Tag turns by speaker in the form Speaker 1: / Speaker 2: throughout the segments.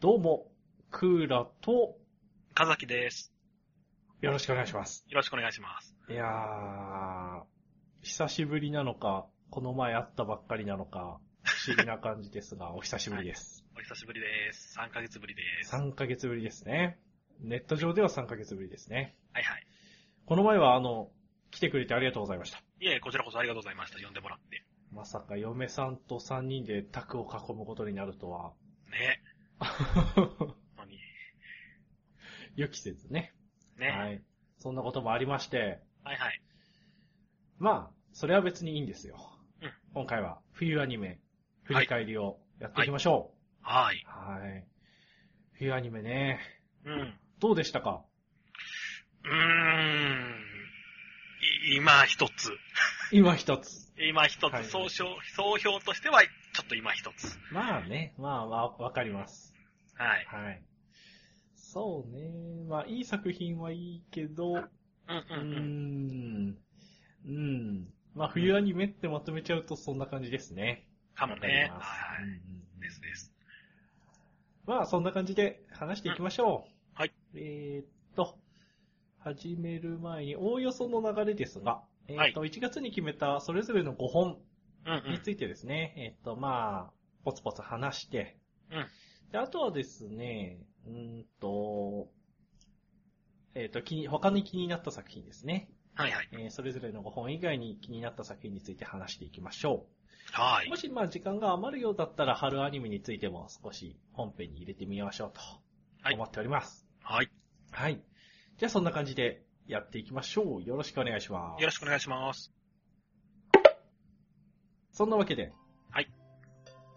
Speaker 1: どうも、クーラと、
Speaker 2: かざきです。
Speaker 1: よろしくお願いします。
Speaker 2: よろしくお願いします。
Speaker 1: いやー、久しぶりなのか、この前会ったばっかりなのか、不思議な感じです が、お久しぶりです。
Speaker 2: お久しぶりです。3ヶ月ぶりです。
Speaker 1: 3ヶ月ぶりですね。ネット上では3ヶ月ぶりですね。
Speaker 2: はいはい。
Speaker 1: この前はあの、来てくれてありがとうございました。
Speaker 2: いえ、こちらこそありがとうございました。呼んでもらって。
Speaker 1: まさか嫁さんと3人で宅を囲むことになると は、
Speaker 2: ね本当に。
Speaker 1: 予期せずね。
Speaker 2: ね、は、
Speaker 1: はいい。そんなこともありまして、
Speaker 2: はい
Speaker 1: まあ、それは別にいいんですよ。
Speaker 2: うん
Speaker 1: 今回は冬アニメ、振り返りをやっていきましょ。。
Speaker 2: はいう
Speaker 1: はい。冬アニメね、
Speaker 2: うん。う
Speaker 1: どうでしたか
Speaker 2: ーん。い今一つ。
Speaker 1: 今一つ。
Speaker 2: 今一
Speaker 1: はい
Speaker 2: つ。総称、総評としては、ちょっと今一つ。
Speaker 1: まあね、まあわ、わかります。
Speaker 2: はい。
Speaker 1: はい。そうね、まあいい作品はいいけど、う
Speaker 2: うん
Speaker 1: ー
Speaker 2: うんうん。
Speaker 1: ん、うん。まあ冬アニメってまとめちゃうとそんな感じですね。
Speaker 2: かも
Speaker 1: わり
Speaker 2: ね。
Speaker 1: ます
Speaker 2: は
Speaker 1: うんう
Speaker 2: い
Speaker 1: ん
Speaker 2: は
Speaker 1: うん
Speaker 2: い。ですです。
Speaker 1: まあ、そんな感じで話していきましょう。
Speaker 2: うんはい。
Speaker 1: えーっと、始める前に、おおよその流れですが、えーっと、1月に決めたそれぞれの5本
Speaker 2: うん
Speaker 1: についてですね、えーっと、まあ、ポツポツ話して、
Speaker 2: うん
Speaker 1: で、あとはですね、うーんと、えーっと、気に、他に気になった作品ですね。
Speaker 2: はいはい。
Speaker 1: えーそれぞれの5本以外に気になった作品について話していきましょ
Speaker 2: は
Speaker 1: う。
Speaker 2: い
Speaker 1: も。し、まあ、時間が余るようだったら、春アニメについても少し本編に入れてみましょうと。
Speaker 2: はい
Speaker 1: 思。っております。
Speaker 2: はい。
Speaker 1: はい。じゃあそんな感じでやっていきましょう。よろしくお願いしま
Speaker 2: よろ
Speaker 1: す。
Speaker 2: しくお願いします。
Speaker 1: そんなわけで。
Speaker 2: はい。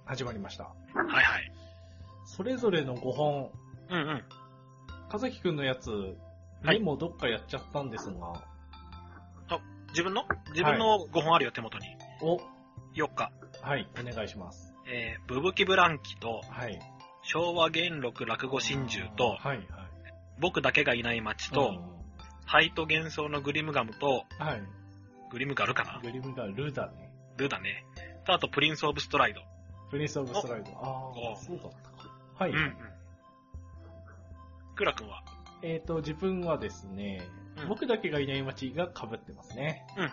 Speaker 1: 始まりました。
Speaker 2: はいはい。
Speaker 1: それぞれの5本、
Speaker 2: うんうん。
Speaker 1: かざきくんのやつ、
Speaker 2: はい
Speaker 1: メモどっかやっちゃったんですが、
Speaker 2: 自分の自分の5本あるよ、手元に。
Speaker 1: お、
Speaker 2: 4日。
Speaker 1: はい、お願いします。
Speaker 2: えー、ブブキブランキと、
Speaker 1: はい。
Speaker 2: 昭和元禄落語真珠と、
Speaker 1: はい、はい。
Speaker 2: 僕だけがいない街
Speaker 1: う
Speaker 2: と、
Speaker 1: ん
Speaker 2: 灰と幻想のグリムガムと、
Speaker 1: はい。
Speaker 2: グリムガルかな
Speaker 1: グリムがルだね。
Speaker 2: ルーだね。と、あとプリンスオブストライド。
Speaker 1: プリンスオブストライド。ああ、
Speaker 2: お
Speaker 1: そうだったか。はい。
Speaker 2: うんうん。クラ君は
Speaker 1: えっ、と、自分はですね、
Speaker 2: うん
Speaker 1: 僕だけがいない街が被ってますね。
Speaker 2: うんうん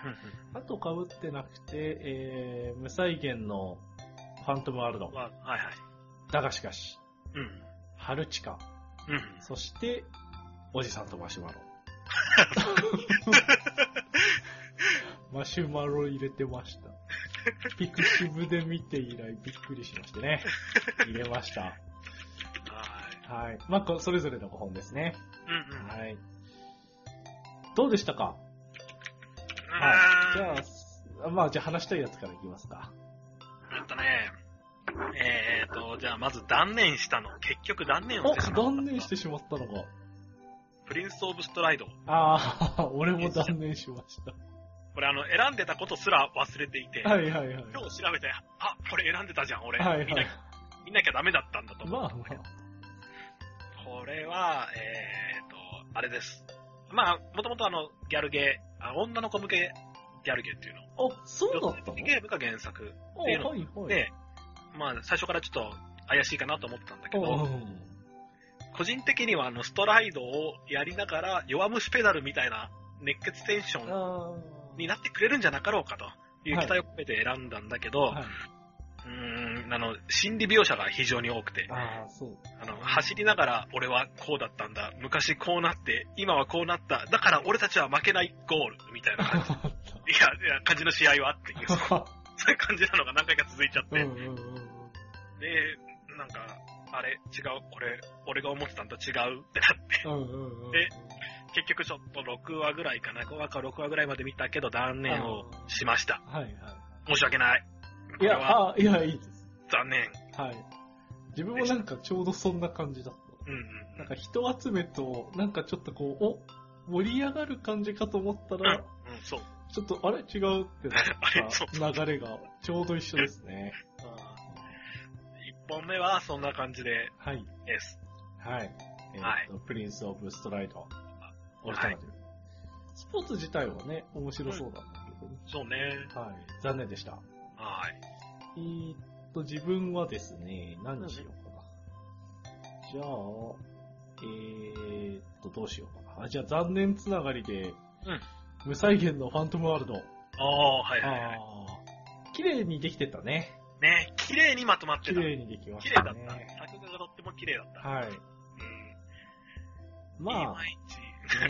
Speaker 1: あと被ってなくて、えー、無再現のファントムワールド
Speaker 2: うん。、は、はいはい。
Speaker 1: だがしかし、
Speaker 2: うん。
Speaker 1: ハルチカ、
Speaker 2: うんうん。
Speaker 1: そして、おじさんとマシュマロ。マシュマロ入れてました。ピクシブで見て以来びっくりしましてね。入れました。
Speaker 2: はい。
Speaker 1: はい。まあこ、それぞれの5本ですね。
Speaker 2: うんうん。
Speaker 1: はい。どうでしたかはい。じ
Speaker 2: は
Speaker 1: ゃあす、まあ、じゃあ話したいやつからいきますか。
Speaker 2: い。えっとね、えーと、じゃあまず断念したの。結局断念を
Speaker 1: お
Speaker 2: してしまっ た。
Speaker 1: 断念してしまったのか。
Speaker 2: プリンスオブストライド。
Speaker 1: ああ、 俺も断念しました。
Speaker 2: これあの、選んでたことすら忘れていて、
Speaker 1: はいはいはい。
Speaker 2: 今日調べて、あ、これ選んでたじゃん、俺。
Speaker 1: はい
Speaker 2: 見な
Speaker 1: はい。
Speaker 2: 見なきゃダメだったんだと思う。
Speaker 1: まあま
Speaker 2: これは、えーと、あれです。まあ、もともとあの、ギャルゲーあ、女の子向けギャルゲーっていうの。
Speaker 1: あ。あ、そうだったの
Speaker 2: ゲームが原作
Speaker 1: あはいはい。
Speaker 2: で、まあ、最初からちょっと怪しいかなと思ったんだけ
Speaker 1: うん
Speaker 2: ど、個人的にはあの、ストライドをやりながら、弱虫ペダルみたいな熱血テンション
Speaker 1: あ
Speaker 2: になってくれるんじゃなかろうかという期待を込めて選んだんだけど、
Speaker 1: ーはい。
Speaker 2: うーんあの心理描写が非常に多くて
Speaker 1: ああ、そう。
Speaker 2: あの走りながら俺はこうだったんだ昔こうなって今はこうなっただから俺たちは負けないゴールみたいな 感じ
Speaker 1: あっ
Speaker 2: いやいや感じの試合はあっていうそう
Speaker 1: た。
Speaker 2: いう感じなのが何回か続いちゃって、
Speaker 1: うんう
Speaker 2: で
Speaker 1: んうんうん。
Speaker 2: なんかあれ違うこれ俺が思ってたんと違うってなって
Speaker 1: うんうんうん。
Speaker 2: で結局ちょっと6話ぐらいかな5話か6話ぐらいまで見たけど断念をしました
Speaker 1: はいはい。
Speaker 2: 申し訳ないこ
Speaker 1: い
Speaker 2: れ
Speaker 1: や、
Speaker 2: は
Speaker 1: あーいや、いいです。
Speaker 2: 残念
Speaker 1: はい。自分もなんかちょうどそんな感じだった。
Speaker 2: うんうん
Speaker 1: なんか人集めと、なんかちょっとこう、お盛り上がる感じかと思ったら、
Speaker 2: うん、うん、そう
Speaker 1: ちょっと、あれ違うってな
Speaker 2: あれそう
Speaker 1: った流れがちょうど一緒ですね。
Speaker 2: 1本目はそんな感じで
Speaker 1: はい。
Speaker 2: です。
Speaker 1: はい。えー
Speaker 2: はい
Speaker 1: っと、プリンス・オブ・ストライド。オルタナティブスポーツ自体はね、面白そうなんだけどね。
Speaker 2: そうね。
Speaker 1: はい。残念でした。
Speaker 2: は
Speaker 1: え
Speaker 2: い。
Speaker 1: ーっと、自分はですね、何にしようかな。じゃあ、えーっと、どうしようかな。あじゃあ、残念つながりで、
Speaker 2: うん
Speaker 1: 無再現のファントムワールド。
Speaker 2: ああ、はいはいはい。
Speaker 1: あー綺麗にできてたね。
Speaker 2: ね、綺麗にまとまって
Speaker 1: 綺
Speaker 2: た。
Speaker 1: 麗にできま
Speaker 2: 綺
Speaker 1: し
Speaker 2: 麗だ
Speaker 1: た
Speaker 2: った。
Speaker 1: ね。
Speaker 2: 作画がとっても綺麗だった。
Speaker 1: はい。
Speaker 2: うん。
Speaker 1: ま
Speaker 2: い
Speaker 1: あ、
Speaker 2: まいち。
Speaker 1: え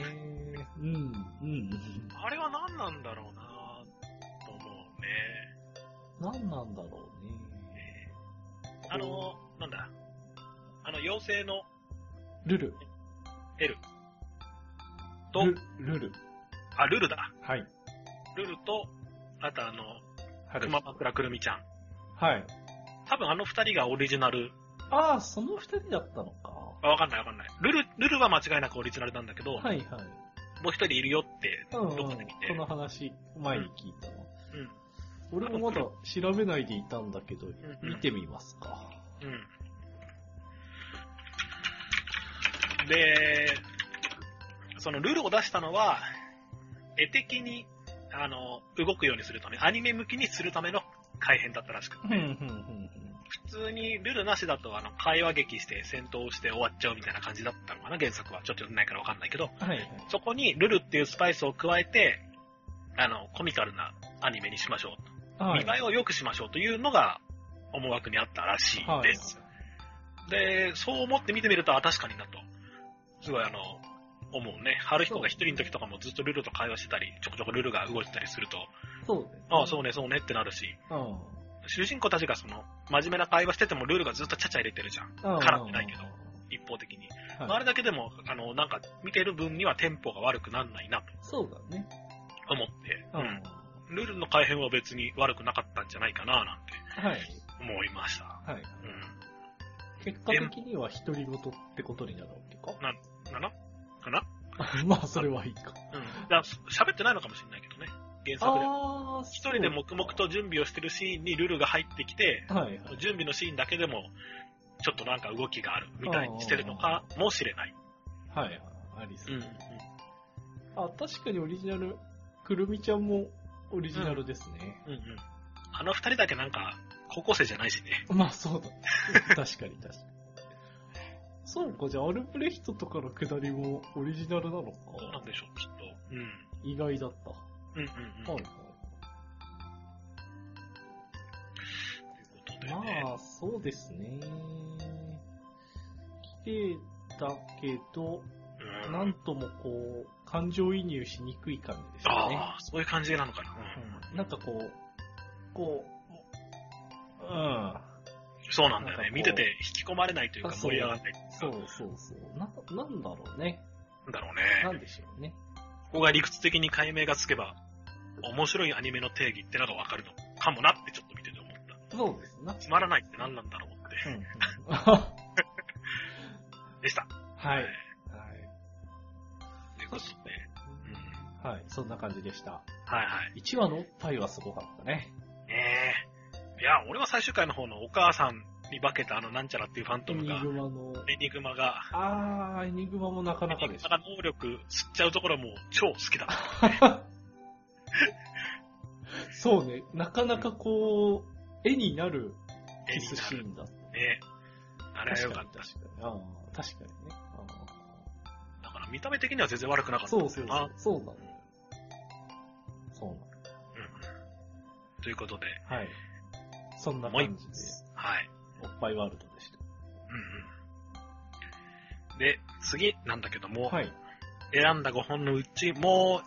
Speaker 1: ーうん、うん。
Speaker 2: あれは何なんだろうなと思うね。
Speaker 1: 何なんだろうね。
Speaker 2: ねあの、なんだ。あの、妖精の
Speaker 1: ルル。
Speaker 2: エルと、
Speaker 1: ルルル。
Speaker 2: あ、ルルだ。
Speaker 1: はい。
Speaker 2: ルルと、あとあの、
Speaker 1: は
Speaker 2: 熊枕くるみちゃん。
Speaker 1: はい。
Speaker 2: 多分あの二人がオリジナル。
Speaker 1: ああ、その二人だったのか。
Speaker 2: あわかんないわかんない。ルル、ルルは間違いなくオリジナルなんだけど、
Speaker 1: はいはい。
Speaker 2: もう一人いるよって、
Speaker 1: うん、うん。
Speaker 2: どこで見て
Speaker 1: この話、前に聞いたの。
Speaker 2: うん。
Speaker 1: 俺もまだ調べないでいたんだけど、
Speaker 2: うん
Speaker 1: 見てみますか。
Speaker 2: うん。で、そのルールを出したのは、絵的に、あの、動くようにするため、アニメ向きにするための改編だったらしく
Speaker 1: う
Speaker 2: て、
Speaker 1: ん、うん、うん。
Speaker 2: 普通にルールなしだと、あの、会話劇して戦闘して終わっちゃうみたいな感じだったのかな、原作は。ちょっと読んでないからわかんないけど、
Speaker 1: はいはい。
Speaker 2: そこにルルっていうスパイスを加えて、あの、コミカルなアニメにしましょう。
Speaker 1: は
Speaker 2: 見栄えを良くしましょうというのが、思惑にあったらしいです。で、そう思って見てみると、あ、確かになと。すごい、あの、思うね。春彦が一人の時とかもずっとルルと会話してたり、ちょこちょこルルが動いてたりすると、
Speaker 1: そうね。
Speaker 2: ああ、そうね、そうねってなるし、
Speaker 1: うん。うん。
Speaker 2: 主人公たちがその、真面目な会話しててもルルがずっとちゃちゃ入れてるじゃん。絡んでないけど一方的に。
Speaker 1: はい
Speaker 2: まああれだけでも、あの、なんか、見てる分にはテンポが悪くなんないなと
Speaker 1: そうだね。
Speaker 2: 思って、
Speaker 1: うん。
Speaker 2: うんルルの改変は別に悪くなかったんじゃないかな、なんて
Speaker 1: はい。
Speaker 2: 思いました。
Speaker 1: はい。
Speaker 2: う
Speaker 1: 結果的には独り言ってことになるわけか。
Speaker 2: ん。ななかな
Speaker 1: まあ、それはいいか。
Speaker 2: うん。だから喋ってないのかもしれないけどね。原作では。
Speaker 1: ああ、
Speaker 2: 一人で黙々と準備をしてるシーンにルルが入ってきて、
Speaker 1: そう。はいはい。
Speaker 2: 準備のシーンだけでも、ちょっとなんか動きがあるみたいにしてるのかもしれない。
Speaker 1: はいはい。ありそう。
Speaker 2: うん。
Speaker 1: あ、確かにオリジナル、くるみちゃんもオリジナルですね。
Speaker 2: うんうん。あの二人だけなんか、高校生じゃないしね。
Speaker 1: まあそう だ。確かに確かに。そうか、じゃあアルプレヒトとかのくだりもオリジナルなのか。
Speaker 2: どうなんでしょう、きっと。うん。
Speaker 1: 意外だった。
Speaker 2: うんうんうん。と
Speaker 1: はいいう
Speaker 2: ことで
Speaker 1: はい
Speaker 2: ね。
Speaker 1: まあ、そうですね。綺麗だけど、
Speaker 2: う
Speaker 1: なんともこう、感情移入しにくい感じでしたね。
Speaker 2: ああ、そういう感じなのかな。
Speaker 1: うんなんかこう、こう、うん。
Speaker 2: そうなんだよ
Speaker 1: なんかこ
Speaker 2: ね。
Speaker 1: う
Speaker 2: 見てて引き込まれないというか
Speaker 1: あそう
Speaker 2: 盛り上がらない。
Speaker 1: そうそうそう。な、なんだろうね。
Speaker 2: なんだろう
Speaker 1: な
Speaker 2: ね。
Speaker 1: んでしょうね。
Speaker 2: ここが理屈的に解明がつけば、面白いアニメの定義ってのがわかるのかもなってちょっと見てて思った。
Speaker 1: そうですな。
Speaker 2: つまらないって何なんだろうって。
Speaker 1: うんうん。は
Speaker 2: でした。
Speaker 1: い。 はい。
Speaker 2: ということで。うん。
Speaker 1: はい、そんな感じでした。
Speaker 2: はいはい。
Speaker 1: 1話のおっぱいはすごかったね。
Speaker 2: ねえ。いや、俺は最終回の方のお母さんに化けたあのなんちゃらっていうファン
Speaker 1: エ
Speaker 2: トム
Speaker 1: ニ
Speaker 2: が、
Speaker 1: グマの。
Speaker 2: エニグマが、
Speaker 1: あー、エニグマもなかなかでし
Speaker 2: なんか能力吸っちゃうところも超好きだ。
Speaker 1: た。そうね、なかなかこう、絵になるキスシーンだ。
Speaker 2: ね。あれは
Speaker 1: 確
Speaker 2: よ
Speaker 1: か
Speaker 2: かっ
Speaker 1: に確
Speaker 2: た
Speaker 1: か。に。あー確かにね。
Speaker 2: だから見た目的には全然悪くな
Speaker 1: あ
Speaker 2: か
Speaker 1: ー
Speaker 2: ったん
Speaker 1: そ
Speaker 2: だ
Speaker 1: う
Speaker 2: よ
Speaker 1: そうそう。そ
Speaker 2: な
Speaker 1: うなんだよ。そうなんだ
Speaker 2: うんということで、
Speaker 1: はい。そんな感じで、
Speaker 2: はい。
Speaker 1: おっぱいワールドでし
Speaker 2: うんうん。で、次なんだけども、
Speaker 1: た。はい。
Speaker 2: 選んだ5本のうち、もう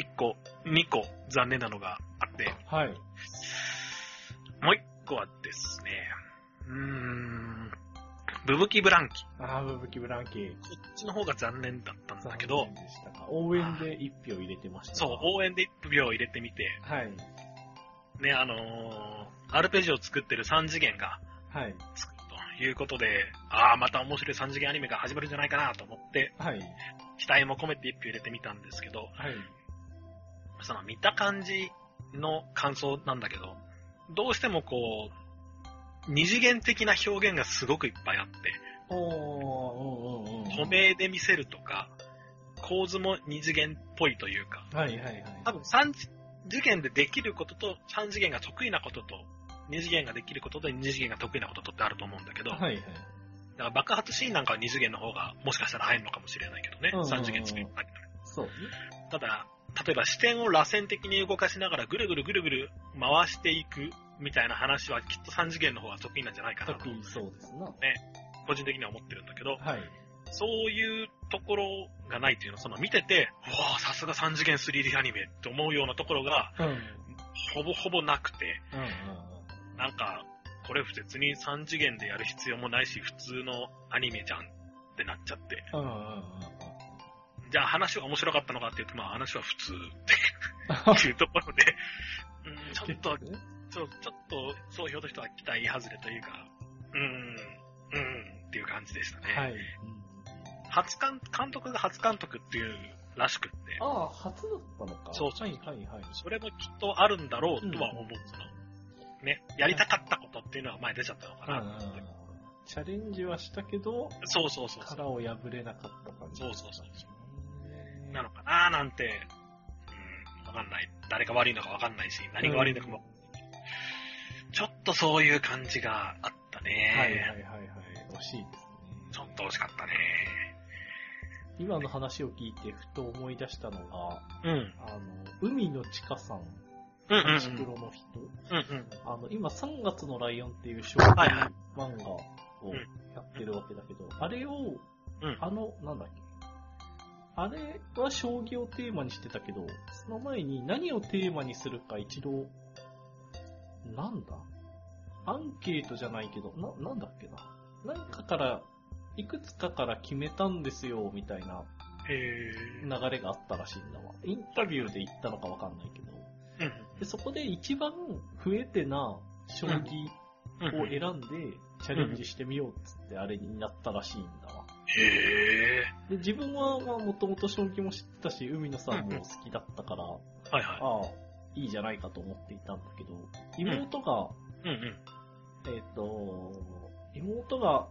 Speaker 2: 1個、2個残念なのがあって、
Speaker 1: はい。
Speaker 2: もう1個はですね、うーん、ブブキブランキ。
Speaker 1: あー、ブブキブランキー。
Speaker 2: こっちの方が残念だったんだけど
Speaker 1: 残、念でしたか応援で一票入れてましたか。
Speaker 2: そう、応援で1秒入れてみて、
Speaker 1: はい。
Speaker 2: ね、あのーアルペジオを作ってる3次元が、
Speaker 1: はい。
Speaker 2: つくということで、ああ、また面白い3次元アニメが始まるんじゃないかなと思って、
Speaker 1: はい。
Speaker 2: 期待も込めて1票入れてみたんですけど、
Speaker 1: はい。
Speaker 2: その見た感じの感想なんだけど、どうしてもこう、二次元的な表現がすごくいっぱいあって、
Speaker 1: おー、うんうんうん。
Speaker 2: 褒。めで見せるとか、構図も二次元っぽいというか、
Speaker 1: はいはいはい。
Speaker 2: 多分三次元でできることと、三次元が得意なことと、二次元ができることと二次元が得意なこととってあると思うんだけど、
Speaker 1: はいはい。
Speaker 2: だから爆発シーンなんかは2次元の方がもしかしたら入るのかもしれないけどね。
Speaker 1: うんうんうん
Speaker 2: 3次元作りたり
Speaker 1: そうね。
Speaker 2: ただ、例えば視点を螺旋的に動かしながらぐるぐるぐるぐる回していくみたいな話はきっと3次元の方が得意なんじゃないかなと
Speaker 1: 特、にそうですな。
Speaker 2: 個人的には思ってるんだけど、
Speaker 1: はい。
Speaker 2: そういうところがないっていうのは、その見てて、うわあさすが3次元 3D アニメって思うようなところが、
Speaker 1: うん。うん
Speaker 2: ほぼほぼなくて、
Speaker 1: うんうん。
Speaker 2: なんか、これ別に3次元でやる必要もないし、普通のアニメじゃんってなっちゃって。
Speaker 1: うんうんうんうん。
Speaker 2: じゃあ話は面白かったのかっていうと、まあ話は普通っていうところ で、うん、ちょっと、ちょちょっと、総評としては期待外れというか、うん、うんっていう感じでしたね。
Speaker 1: はい。
Speaker 2: 初監監督が初監督っていうらしくって、
Speaker 1: ああ、初だったのか。
Speaker 2: そうそ
Speaker 1: はいはいはい。
Speaker 2: それもきっとあるんだろうとは思う。そのね、やりたかったことっていうのは前出ちゃったのか
Speaker 1: うんう
Speaker 2: な、
Speaker 1: んうんチャレンジはしたけど、
Speaker 2: そうそうそうそう。
Speaker 1: 殻を破れなかった感じ。
Speaker 2: そうそうそう
Speaker 1: うん
Speaker 2: なのかななんて、うん、わかんない。誰が悪いのかわかんないし、何が悪いのかも、ちょっとそういう感じがあったね。
Speaker 1: はいはいはいはい。惜しいですね。
Speaker 2: ちょっと惜しかったね。
Speaker 1: 今の話を聞いてふと思い出したのが、
Speaker 2: うん。
Speaker 1: あの、海の地下さん、
Speaker 2: うんうんう
Speaker 1: シク
Speaker 2: ん。
Speaker 1: ロの人、
Speaker 2: うんうん。
Speaker 1: あの、今3月のライオンっていう少年
Speaker 2: はいはい
Speaker 1: 漫画をやってるわけだけど、あれを、
Speaker 2: うん
Speaker 1: あの、なんだっけ、あれは将棋をテーマにしてたけど、その前に何をテーマにするか一度、なんだアンケートじゃないけど、な、なんだっけななんかから、いくつかから決めたんですよ、みたいな
Speaker 2: へー
Speaker 1: 流れがあったらしいんだわ。インタビューで言ったのかわかんないけど。
Speaker 2: うん
Speaker 1: で、そこで一番増えてな将棋
Speaker 2: うんうん
Speaker 1: を
Speaker 2: うん。へ
Speaker 1: 選んでチャレンジしてみようっつってあれになったらしいんだわ。で、自分はまあもともと将棋も知ってたし、海野さんも好きだったから、
Speaker 2: ーはい
Speaker 1: あ
Speaker 2: は
Speaker 1: あ、いいじゃないかと思っていたんだけど、妹が、
Speaker 2: い。うんうん。
Speaker 1: えっ、と、妹が、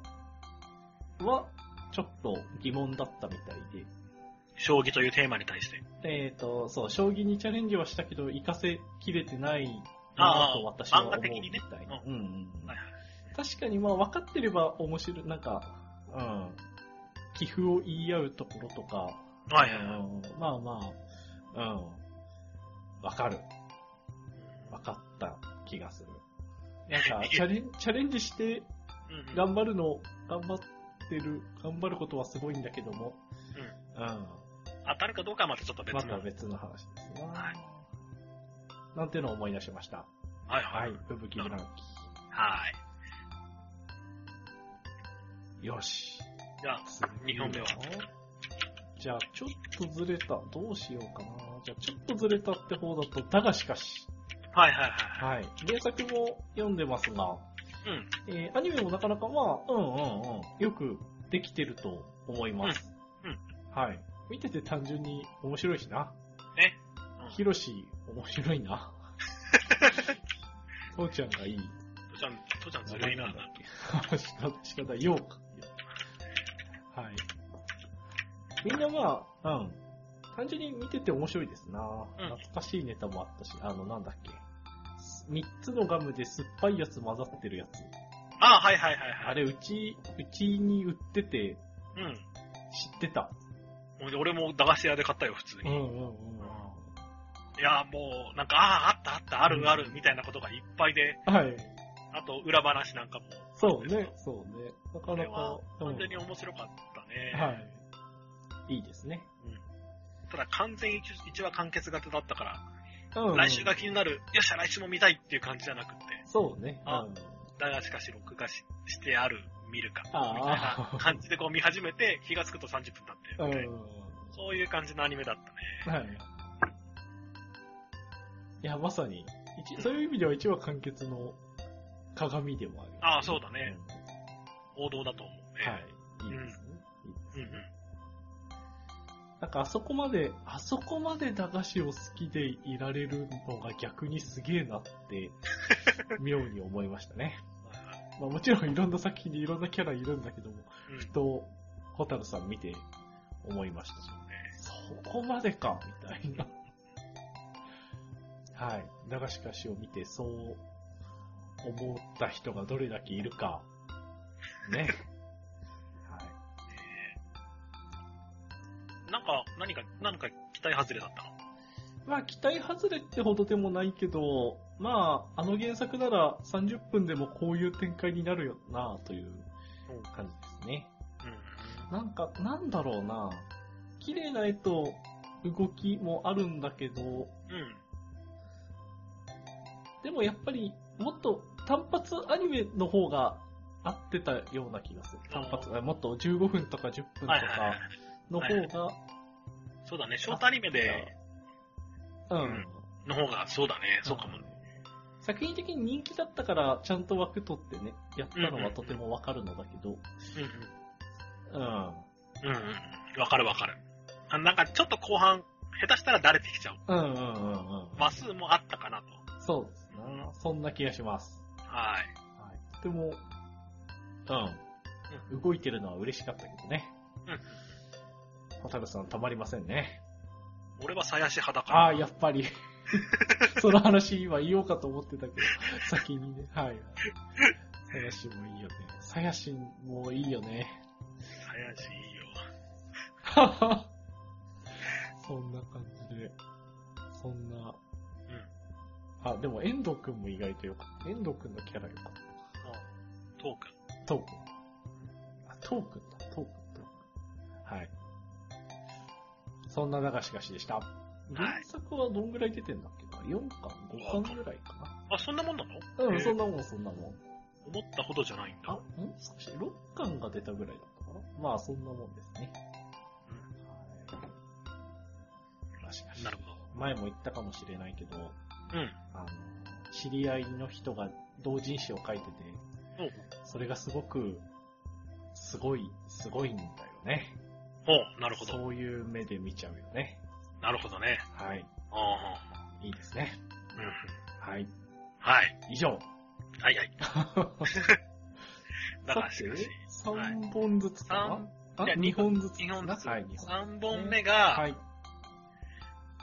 Speaker 1: は、ちょっと疑問だったみたいで、
Speaker 2: 将棋というテーマに対して。
Speaker 1: えー、と、そう、将棋にチャレンジはしたけど、活かせきれてないなと私は思う
Speaker 2: あー漫画的に
Speaker 1: み
Speaker 2: ね
Speaker 1: たいな。
Speaker 2: う
Speaker 1: うんうんうん
Speaker 2: はいはい。
Speaker 1: 確かに、まあ、分かってれば面白い、なんか、うん、寄付を言い合うところとか、
Speaker 2: はいはいはい。
Speaker 1: うん、まあまあ、うん、分かる。分かった気がする。なんか、チャレンチャレンジして
Speaker 2: うんうん
Speaker 1: 頑張るの、頑張ってる、頑張ることはすごいんだけども、うん
Speaker 2: 当たるかどうかはまたちょっと別
Speaker 1: また
Speaker 2: の。
Speaker 1: 別の話ですね。
Speaker 2: は
Speaker 1: なんていうのを思い出しました。
Speaker 2: はいは。
Speaker 1: はいい。ブブキブラン
Speaker 2: はい。
Speaker 1: キ。よし。
Speaker 2: じゃあ、二本目は
Speaker 1: じゃあ、ちょっとずれた。どうしようかな。じゃあ、ちょっとずれたって方だと、だがしかし。
Speaker 2: はいはいはいはい。
Speaker 1: はい。原作も読んでますが、
Speaker 2: うん。
Speaker 1: えーアニメもなかなかまあ、うんうんうん。よくできてると思います。
Speaker 2: うんう
Speaker 1: はい。見てて単純に面白いしな。
Speaker 2: ね。うん
Speaker 1: ヒロシ、面白い な。父ちゃんがいい。
Speaker 2: 父ちゃん、父ちゃんずるいな。
Speaker 1: だっけ。仕方、仕方、ようか。はい。みんなまあ、うん。単純に見てて面白いですな。
Speaker 2: うん
Speaker 1: 懐かしいネタもあったし、あの、なんだっけ。三つのガムで酸っぱいやつ混ざってるやつ。
Speaker 2: あ、はいはいはいはい。
Speaker 1: あれ、うち、うちに売ってて
Speaker 2: う
Speaker 1: 知ってた。
Speaker 2: ん。俺も駄菓子屋で買ったよ、普通
Speaker 1: う
Speaker 2: に。
Speaker 1: んう
Speaker 2: い
Speaker 1: んうん。
Speaker 2: や、もう、なんか、ああ、あったあった、あるある、みたいなことがいっぱいで、
Speaker 1: はい。
Speaker 2: あと、裏話なんかも。
Speaker 1: そうね。そうね。なか
Speaker 2: こ
Speaker 1: な
Speaker 2: れは
Speaker 1: か、、うん
Speaker 2: 完全に面白かったね。
Speaker 1: はい。いいですね。
Speaker 2: ただ、完全一一話完結型だったから、
Speaker 1: うん
Speaker 2: 来週が気になる、よっしゃ、来週も見たいっていう感じじゃなくて、
Speaker 1: そうね。
Speaker 2: あ
Speaker 1: うん
Speaker 2: だがしかし、録画ししてある、見るか、み
Speaker 1: あー
Speaker 2: たいな感じでこう見始めて、日がつくと30分経って
Speaker 1: うん。
Speaker 2: みた
Speaker 1: はい
Speaker 2: いな、そういう感じのアニメだったね。。
Speaker 1: いや、まさに、一そういう意味では一話完結の鏡でもある、
Speaker 2: ああそうだね。王道だと思うね。
Speaker 1: うんはい。いいですね。いいです
Speaker 2: うん
Speaker 1: ね
Speaker 2: うん。
Speaker 1: なんかあそこまで、あそこまで駄菓子を好きでいられるのが逆にすげえな って、妙に思いましたね。
Speaker 2: はいはい
Speaker 1: まあもちろんいろんな作品にいろんなキャラいるんだけども、
Speaker 2: うん
Speaker 1: ふと、ホタルさん見て思いました。そこまでか、みたいな。はい。流し歌詞を見てそう 思った人がどれだけいるか。ね。
Speaker 2: なんか、何か、なんか期待外れだったの
Speaker 1: まあ、期待外れってほどでもないけど、まあ、あの原作なら30分でもこういう展開になるよなという感じですね。なんか、なんだろうな綺麗な絵と動きもあるんだけど、
Speaker 2: うん。うん。
Speaker 1: でもやっぱりもっと単発アニメの方が合ってたような気がする。単発、あもっと15分とか10分と
Speaker 2: はいはいは
Speaker 1: か
Speaker 2: い
Speaker 1: の
Speaker 2: はいはい
Speaker 1: 方が、
Speaker 2: そうだね、ショートアニメで、
Speaker 1: うん。
Speaker 2: うんの方が、そうだね、そうかもね。
Speaker 1: 作品的に人気だったから、ちゃんと枠取ってね、やったのはとてもわかるのだけど、うん。
Speaker 2: うんうん。うんうん。わかるわかる。あなんかちょっと後半、下手したらだれてきちゃう。
Speaker 1: うんうんうんうん。
Speaker 2: 話数もあったかなと。
Speaker 1: そうですな。そんな気がします。
Speaker 2: はい。
Speaker 1: はい。とても、うん。動いてるのは嬉しかったけどね。うん。ホタルさん、たまりませんね。
Speaker 2: 俺は鞘師派だから。
Speaker 1: ああ、やっぱり。 その話今言おうかと思ってたけど、先にね。はいはい。さやしもいいよね。さやしもいいよね。
Speaker 2: 鞘師いいよ。
Speaker 1: ははそんな感じで。そんな。あ、でも遠藤くんも意外とよかった。遠藤くんのキャラよかった。
Speaker 2: うん。トークン。
Speaker 1: トークン。あ、トークンだ、トークン、トークン。はい。そんな流し菓子でした。原作はどんぐらい出てんだっけな ?4 巻 ?5 巻ぐらいかな
Speaker 2: あ、そんなもんなの
Speaker 1: うん、そん
Speaker 2: な。
Speaker 1: なもん、そんなもん。
Speaker 2: 思ったほどじゃないん
Speaker 1: あ、
Speaker 2: だ
Speaker 1: ん。少し、6巻が出たぐらいだったかなまあ、そんなもんですね。はいらしかし
Speaker 2: なるほど。
Speaker 1: 前も言ったかもしれないけど、
Speaker 2: うん。
Speaker 1: あの、知り合いの人が同人誌を書いてて、
Speaker 2: ほう
Speaker 1: それがすごく、すごい、すごいんだよね。
Speaker 2: ほう、なるほど。
Speaker 1: そういう目で見ちゃうよね。
Speaker 2: なるほどね。
Speaker 1: はい。
Speaker 2: あ
Speaker 1: いいですね。
Speaker 2: あ。うん。
Speaker 1: はい。
Speaker 2: はい。
Speaker 1: 以上。
Speaker 2: はいはい。だからし
Speaker 1: さ
Speaker 2: かし。
Speaker 1: て、3本ずつかな、
Speaker 2: いや
Speaker 1: あ、2本ずつ
Speaker 2: 日
Speaker 1: か
Speaker 2: 本
Speaker 1: な
Speaker 2: ずつ。
Speaker 1: はい、二本。
Speaker 2: 3本目
Speaker 1: は
Speaker 2: が、
Speaker 1: い。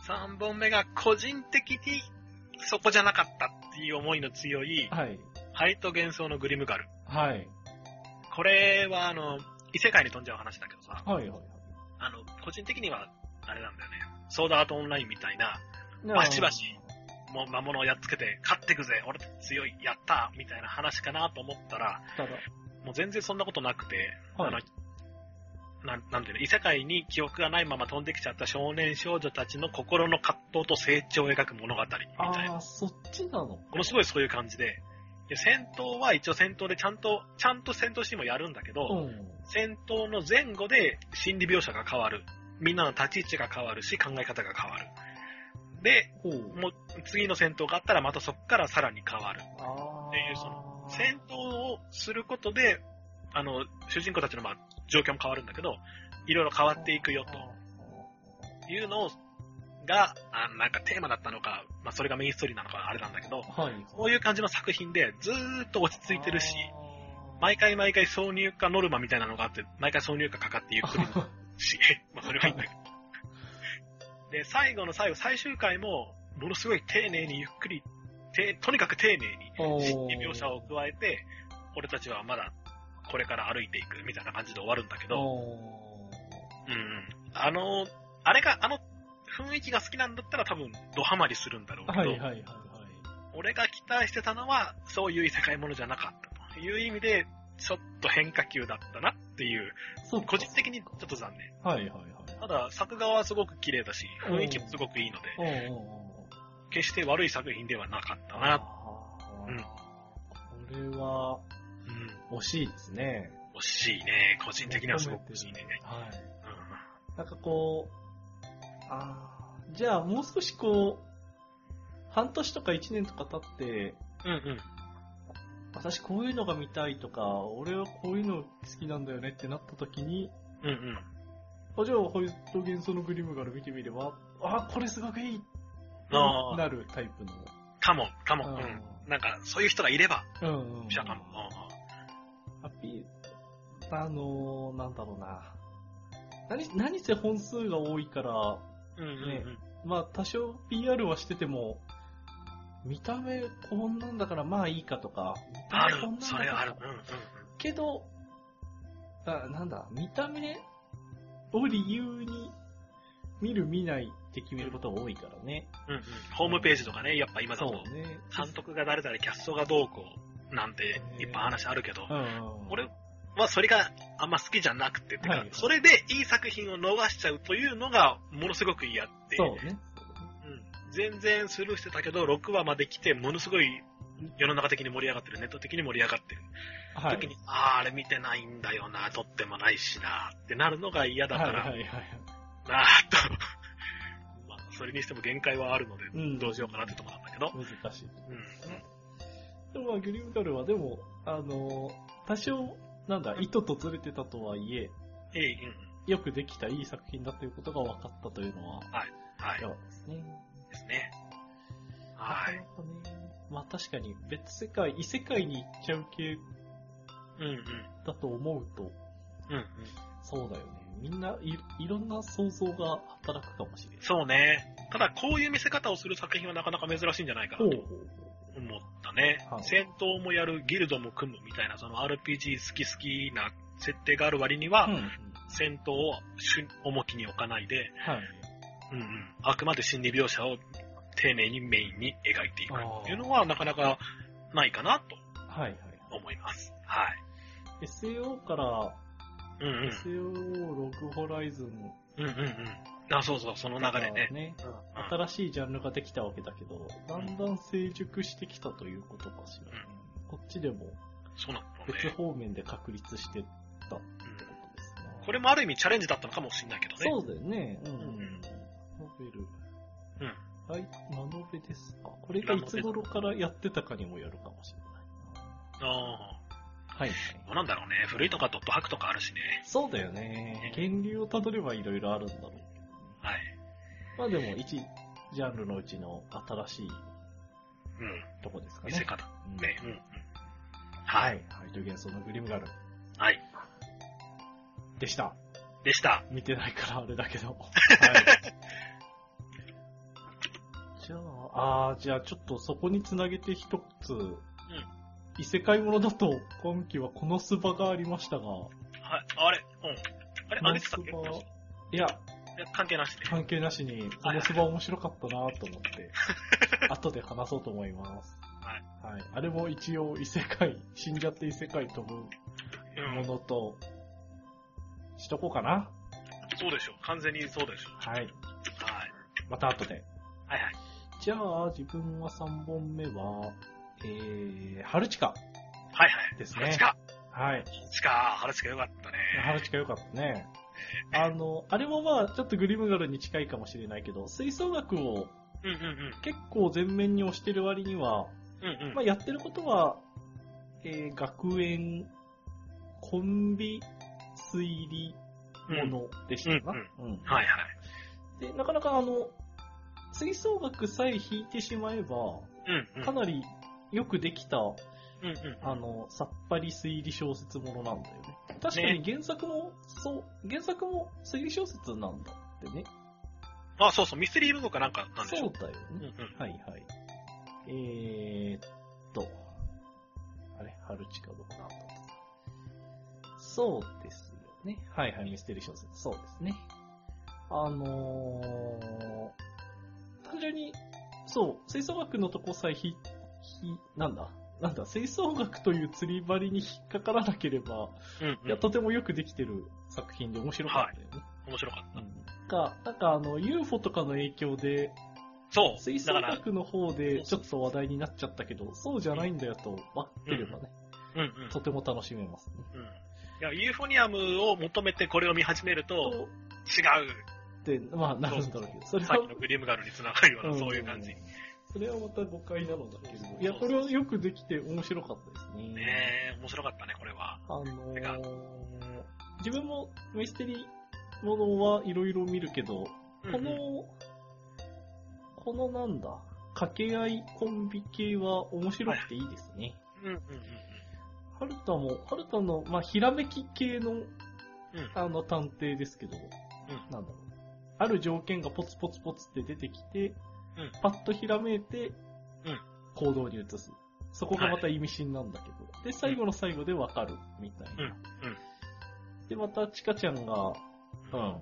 Speaker 2: 3本目が個人的にそこじゃなかったっていう思いの強い、
Speaker 1: はい。
Speaker 2: 灰と幻想のグリムガル。
Speaker 1: はい。
Speaker 2: これは、あの、異世界に飛んじゃう話だけどさ、
Speaker 1: はい、はい。
Speaker 2: あの、個人的には、あれなんだよね。ソードアートオンラインみたいな、
Speaker 1: なあ
Speaker 2: バシバシもう魔物をやっつけて、勝ってくぜ、俺たち強い、やったみたいな話かなと思ったら、
Speaker 1: ただ、
Speaker 2: もう全然そんなことなくて、
Speaker 1: はい
Speaker 2: あの、なんなんていうの、異世界に記憶がないまま飛んできちゃった少年少女たちの心の葛藤と成長を描く物語みたいな。
Speaker 1: ああ、そっちなの
Speaker 2: ものすごいそういう感じで、で戦闘は一応戦闘でちゃんと、ちゃんと戦闘シーンもやるんだけど、
Speaker 1: うん。
Speaker 2: 戦闘の前後で心理描写が変わる。みんなの立ち位置が変わるし、考え方が変わる。で、
Speaker 1: ほう。
Speaker 2: もう次の戦闘があったらまたそこからさらに変わる。
Speaker 1: ああ。
Speaker 2: っていうその戦闘をすることで、あの、主人公たちのまあ状況も変わるんだけど、いろいろ変わっていくよというのをが、あなんかテーマだったのか、まあそれがメインストーリーなのかあれなんだけど、
Speaker 1: はい。
Speaker 2: こういう感じの作品でずーっと落ち着いてるし、
Speaker 1: あー、
Speaker 2: 毎回毎回挿入歌ノルマみたいなのがあって、毎回挿入歌かかってゆっくりし、 まあそれはいいんだけど。で、最後の最後、最終回も、ものすごい丁寧にゆっくり、てとにかく丁寧に、
Speaker 1: おー
Speaker 2: 心理描写を加えて、俺たちはまだこれから歩いていくみたいな感じで終わるんだけど、
Speaker 1: お
Speaker 2: うんうん、あの、あれが、あの雰囲気が好きなんだったら多分ドハマりするんだろうけ
Speaker 1: ー
Speaker 2: ど、
Speaker 1: はいはいはいはい。
Speaker 2: 俺が期待してたのはそういう異世界ものじゃなかったという意味で、ちょっと変化球だったなっていう、
Speaker 1: そうか
Speaker 2: 個人的にちょっと残念。
Speaker 1: はいはいはい。
Speaker 2: ただ、作画はすごく綺麗だし、雰囲気もすごくいいので、
Speaker 1: おーおーお
Speaker 2: 決して悪い作品ではなかった
Speaker 1: ー
Speaker 2: な。
Speaker 1: あー
Speaker 2: うん
Speaker 1: これは、
Speaker 2: うん、
Speaker 1: 惜しいですね。
Speaker 2: 惜しいね。個人的にはすごく惜しいね。
Speaker 1: はい。
Speaker 2: うん
Speaker 1: なんかこう、ああ、じゃあもう少しこう、半年とか1年とか経って、
Speaker 2: うんうん。
Speaker 1: 私こういうのが見たいとか、俺はこういうの好きなんだよねってなった時に、
Speaker 2: うんうん。
Speaker 1: あじゃあ、ホイット幻想のグリムガル見てみれば、あ、これすごくいい
Speaker 2: あー
Speaker 1: なるタイプの。
Speaker 2: かも、かも。
Speaker 1: う
Speaker 2: うんん。なんか、そういう人がいれば、
Speaker 1: うん、うん。
Speaker 2: 記者かも。
Speaker 1: アピール、あのー、なんだろうな。何、何せ本数が多いから、
Speaker 2: うんうん
Speaker 1: ねまあ多少 PR はしてても、見た目こんなんだからまあいいかとか、見た
Speaker 2: あ
Speaker 1: 目
Speaker 2: る
Speaker 1: こんなん、だ
Speaker 2: そ
Speaker 1: から
Speaker 2: れある。うんうんうん。
Speaker 1: けど、あなんだ、見た目を理由に見る見ないって決めることが多いからね。
Speaker 2: うんうん、ホームページとかね、やっぱ今だ
Speaker 1: そう
Speaker 2: と、
Speaker 1: ね。
Speaker 2: 監督が誰々、キャストがどうこうなんていっぱい話あるけど、
Speaker 1: うん。
Speaker 2: 俺はそれがあんま好きじゃなくて、て
Speaker 1: はいは
Speaker 2: か
Speaker 1: い
Speaker 2: それでいい作品を逃しちゃうというのがものすごく嫌って、
Speaker 1: そうね。
Speaker 2: うん全然スルーしてたけど、6話まで来て、ものすごい世の中的に盛り上がってる、ネット的に盛り上がってる
Speaker 1: はい。
Speaker 2: 時に、ああ、あれ見てないんだよな、撮ってもないしな、ってなるのが嫌だから、
Speaker 1: はいはいはいはい。
Speaker 2: なあと、 まあ、それにしても限界はあるので、
Speaker 1: うん
Speaker 2: どうしようかなってとこなんだけど、
Speaker 1: 難しい。
Speaker 2: うん、
Speaker 1: でもまあ、グリムガルはでも、あの、多少、なんだ、意図とずれてたとはいえ、
Speaker 2: えい、うん、
Speaker 1: よくできたいい作品だということが分かったというのは、
Speaker 2: はい
Speaker 1: や、ばいですね。
Speaker 2: ですね。はい。
Speaker 1: なかなかね。まあ確かに別世界、異世界に行っちゃう系
Speaker 2: うんうん、
Speaker 1: だと思うと、
Speaker 2: うん、うん。
Speaker 1: そうだよね。みんない、いろんな想像が働くかもしれない。
Speaker 2: そうね。ただ、こういう見せ方をする作品はなかなか珍しいんじゃないかなと
Speaker 1: ほう。
Speaker 2: 思ったね。
Speaker 1: はい
Speaker 2: 戦闘もやる、ギルドも組むみたいな、その RPG 好き好きな設定がある割には、
Speaker 1: うんうん。
Speaker 2: 戦闘を主重きに置かないで、
Speaker 1: はい。
Speaker 2: うんうん、あくまで心理描写を丁寧にメインに描いていくっていうのはなかなかないかな
Speaker 1: はいはい。
Speaker 2: と思います。はい。
Speaker 1: SAO から、
Speaker 2: うんうん。
Speaker 1: SAO ログホライズン
Speaker 2: うんうんうん。あ、そうそう、その流れね。
Speaker 1: ね
Speaker 2: うんうん
Speaker 1: 新しいジャンルができたわけだけど、だんだん成熟してきたということかしら、ねこっちでも
Speaker 2: そうなの
Speaker 1: 別
Speaker 2: ね。
Speaker 1: 方面で確立してったって
Speaker 2: うん
Speaker 1: ことですね。
Speaker 2: これもある意味チャレンジだったのかもしれないけどね。
Speaker 1: そうだよね。うん。
Speaker 2: んうん
Speaker 1: ノベル。
Speaker 2: うん。
Speaker 1: はい、ラノベですか。これがいつ頃からやってたかにもよるかもしれない。
Speaker 2: あ
Speaker 1: はい、
Speaker 2: あ、どうなんだろうね。古いとかドットハクとかあるしね。
Speaker 1: そうだよね。源流をたどればいろいろあるんだろうけどね。
Speaker 2: はい。
Speaker 1: まあでも、一ジャンルのうちの新しい
Speaker 2: うん。
Speaker 1: とこですかね。
Speaker 2: 見せ方。
Speaker 1: うん
Speaker 2: ね。うんうん。
Speaker 1: は
Speaker 2: はいい。。
Speaker 1: はい。という幻想のグリムガル
Speaker 2: はい。
Speaker 1: でした。
Speaker 2: でした。
Speaker 1: 見てないからあれだけ ど。はい。じゃあ、あーじゃあちょっとそこにつなげて一つ、異世界ものだと今期はこのスバがありましたが、こ
Speaker 2: はい。あれうん。あれあ
Speaker 1: の
Speaker 2: げて
Speaker 1: ス
Speaker 2: た
Speaker 1: バ
Speaker 2: っけ
Speaker 1: いや、
Speaker 2: いや関係なしで。
Speaker 1: 関係なしに、このスバ面白かったなと思っ て、後で話そうと思います。はい。あれも一応異世界、死んじゃって異世界飛ぶ
Speaker 2: うん
Speaker 1: も。のと、しとこうかな。
Speaker 2: そうでしょ。完全にそうでしょ。
Speaker 1: はい。
Speaker 2: はい。
Speaker 1: また後で。
Speaker 2: はいはい。
Speaker 1: じゃあ、自分は3本目は、えー、春近。
Speaker 2: はいはい。
Speaker 1: ですね
Speaker 2: ハルチカ。
Speaker 1: はい。
Speaker 2: ハルチカ。ハルチカよかったね。
Speaker 1: 春近良かったね。あの、あれもまあ、ちょっとグリムガルに近いかもしれないけど、吹奏楽を
Speaker 2: うんうん
Speaker 1: 結構前面に押してる割には、
Speaker 2: うん。うんうん。
Speaker 1: まあ、やってることは、えー、学園、コンビ、推理、ものでしたな。うん
Speaker 2: はいはい。
Speaker 1: で、なかなかあの、吹奏楽さえ弾いてしまえば、
Speaker 2: うんうん。
Speaker 1: かなりよくできた、
Speaker 2: うんうん。
Speaker 1: あの、さっぱり推理小説ものなんだよね。確かに原作も、そう、原作も推理小説なんだってね。
Speaker 2: あ、そうそう。ミステリー文庫かなんかなんでし
Speaker 1: そ
Speaker 2: ょ
Speaker 1: う。だよ
Speaker 2: うんう
Speaker 1: ね。
Speaker 2: ん。
Speaker 1: はいはい。えーっと、あれ、春近どこだったんですかそうですよね。はいはい、ミステリー小説。そうですね。あのー、単純に、そう、吹奏楽のとこさえひ、ひ、なんだなんだ、吹奏楽という釣り針に引っかからなければ、
Speaker 2: うん
Speaker 1: いや、とてもよくできてる作品で面白かったよね。
Speaker 2: 面白かった。
Speaker 1: うんが、なんかあの、UFO とかの影響で、
Speaker 2: そう。
Speaker 1: 吹奏
Speaker 2: だから、
Speaker 1: 楽の方でちょっと話題になっちゃったけど、そうじゃないんだよと分ければね、
Speaker 2: うんうん。
Speaker 1: とても楽しめますね。
Speaker 2: うんいや、ユーフォニアムを求めてこれを見始めると、違う。
Speaker 1: で、まあなるんだろうけど、それ
Speaker 2: さ
Speaker 1: は
Speaker 2: っき、のグリムガルにつながるよう
Speaker 1: う
Speaker 2: な、
Speaker 1: ん
Speaker 2: そういう感じ。ね
Speaker 1: それはまた誤解なのだけ
Speaker 2: そうそ
Speaker 1: ど、
Speaker 2: う
Speaker 1: いや、これはよくできて面白かったですね。
Speaker 2: え、面白かったね、これは。
Speaker 1: あのー
Speaker 2: てか
Speaker 1: 自分もミステリーものはいろいろ見るけど、こ
Speaker 2: うんうん、
Speaker 1: の、このなんだ、掛け合いコンビ系は面白くていいですね。
Speaker 2: うんうん
Speaker 1: ハルタも、ハルタの、まあ、ひらめき系の
Speaker 2: うんうん。
Speaker 1: あの探偵ですけど、
Speaker 2: うん
Speaker 1: なんだろう。ある条件がポツポツポツって出てきて、
Speaker 2: うん
Speaker 1: パッとひらめいて、
Speaker 2: うん
Speaker 1: 行動に移す。そこがまた意味深なんだけど。で、最後の最後でわかる、みたいな。
Speaker 2: うんうん
Speaker 1: で、また、チカちゃんが、
Speaker 2: うん。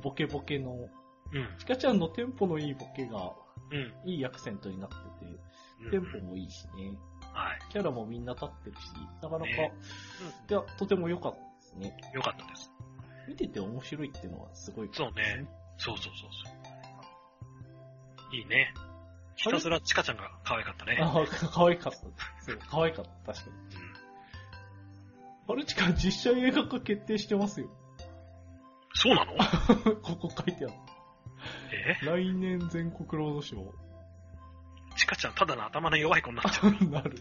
Speaker 1: ボケボケの
Speaker 2: うん。
Speaker 1: スカちゃんのテンポのいいボケが、
Speaker 2: うん。
Speaker 1: いいアクセントになって
Speaker 2: う
Speaker 1: て、
Speaker 2: ん
Speaker 1: テンポもいいしね。
Speaker 2: は
Speaker 1: キャラもみんな立ってるし、なかなか、
Speaker 2: ね
Speaker 1: いや、とても良かったですね。
Speaker 2: い。よかったです。
Speaker 1: 見てて面白いっていうのはすごい、
Speaker 2: そうね。そうそうそうそう。いいね。ひたすらチカちゃんが可愛かったね。
Speaker 1: ああ、か可愛かった。そう、可愛かった、確かに。
Speaker 2: うん
Speaker 1: マルチカ実写映画化決定してますよ。
Speaker 2: そうなの
Speaker 1: ここ書いてある。
Speaker 2: え
Speaker 1: 来年全国ロードショ
Speaker 2: チカちゃんただの頭の弱い子になっちゃう。
Speaker 1: ー なる。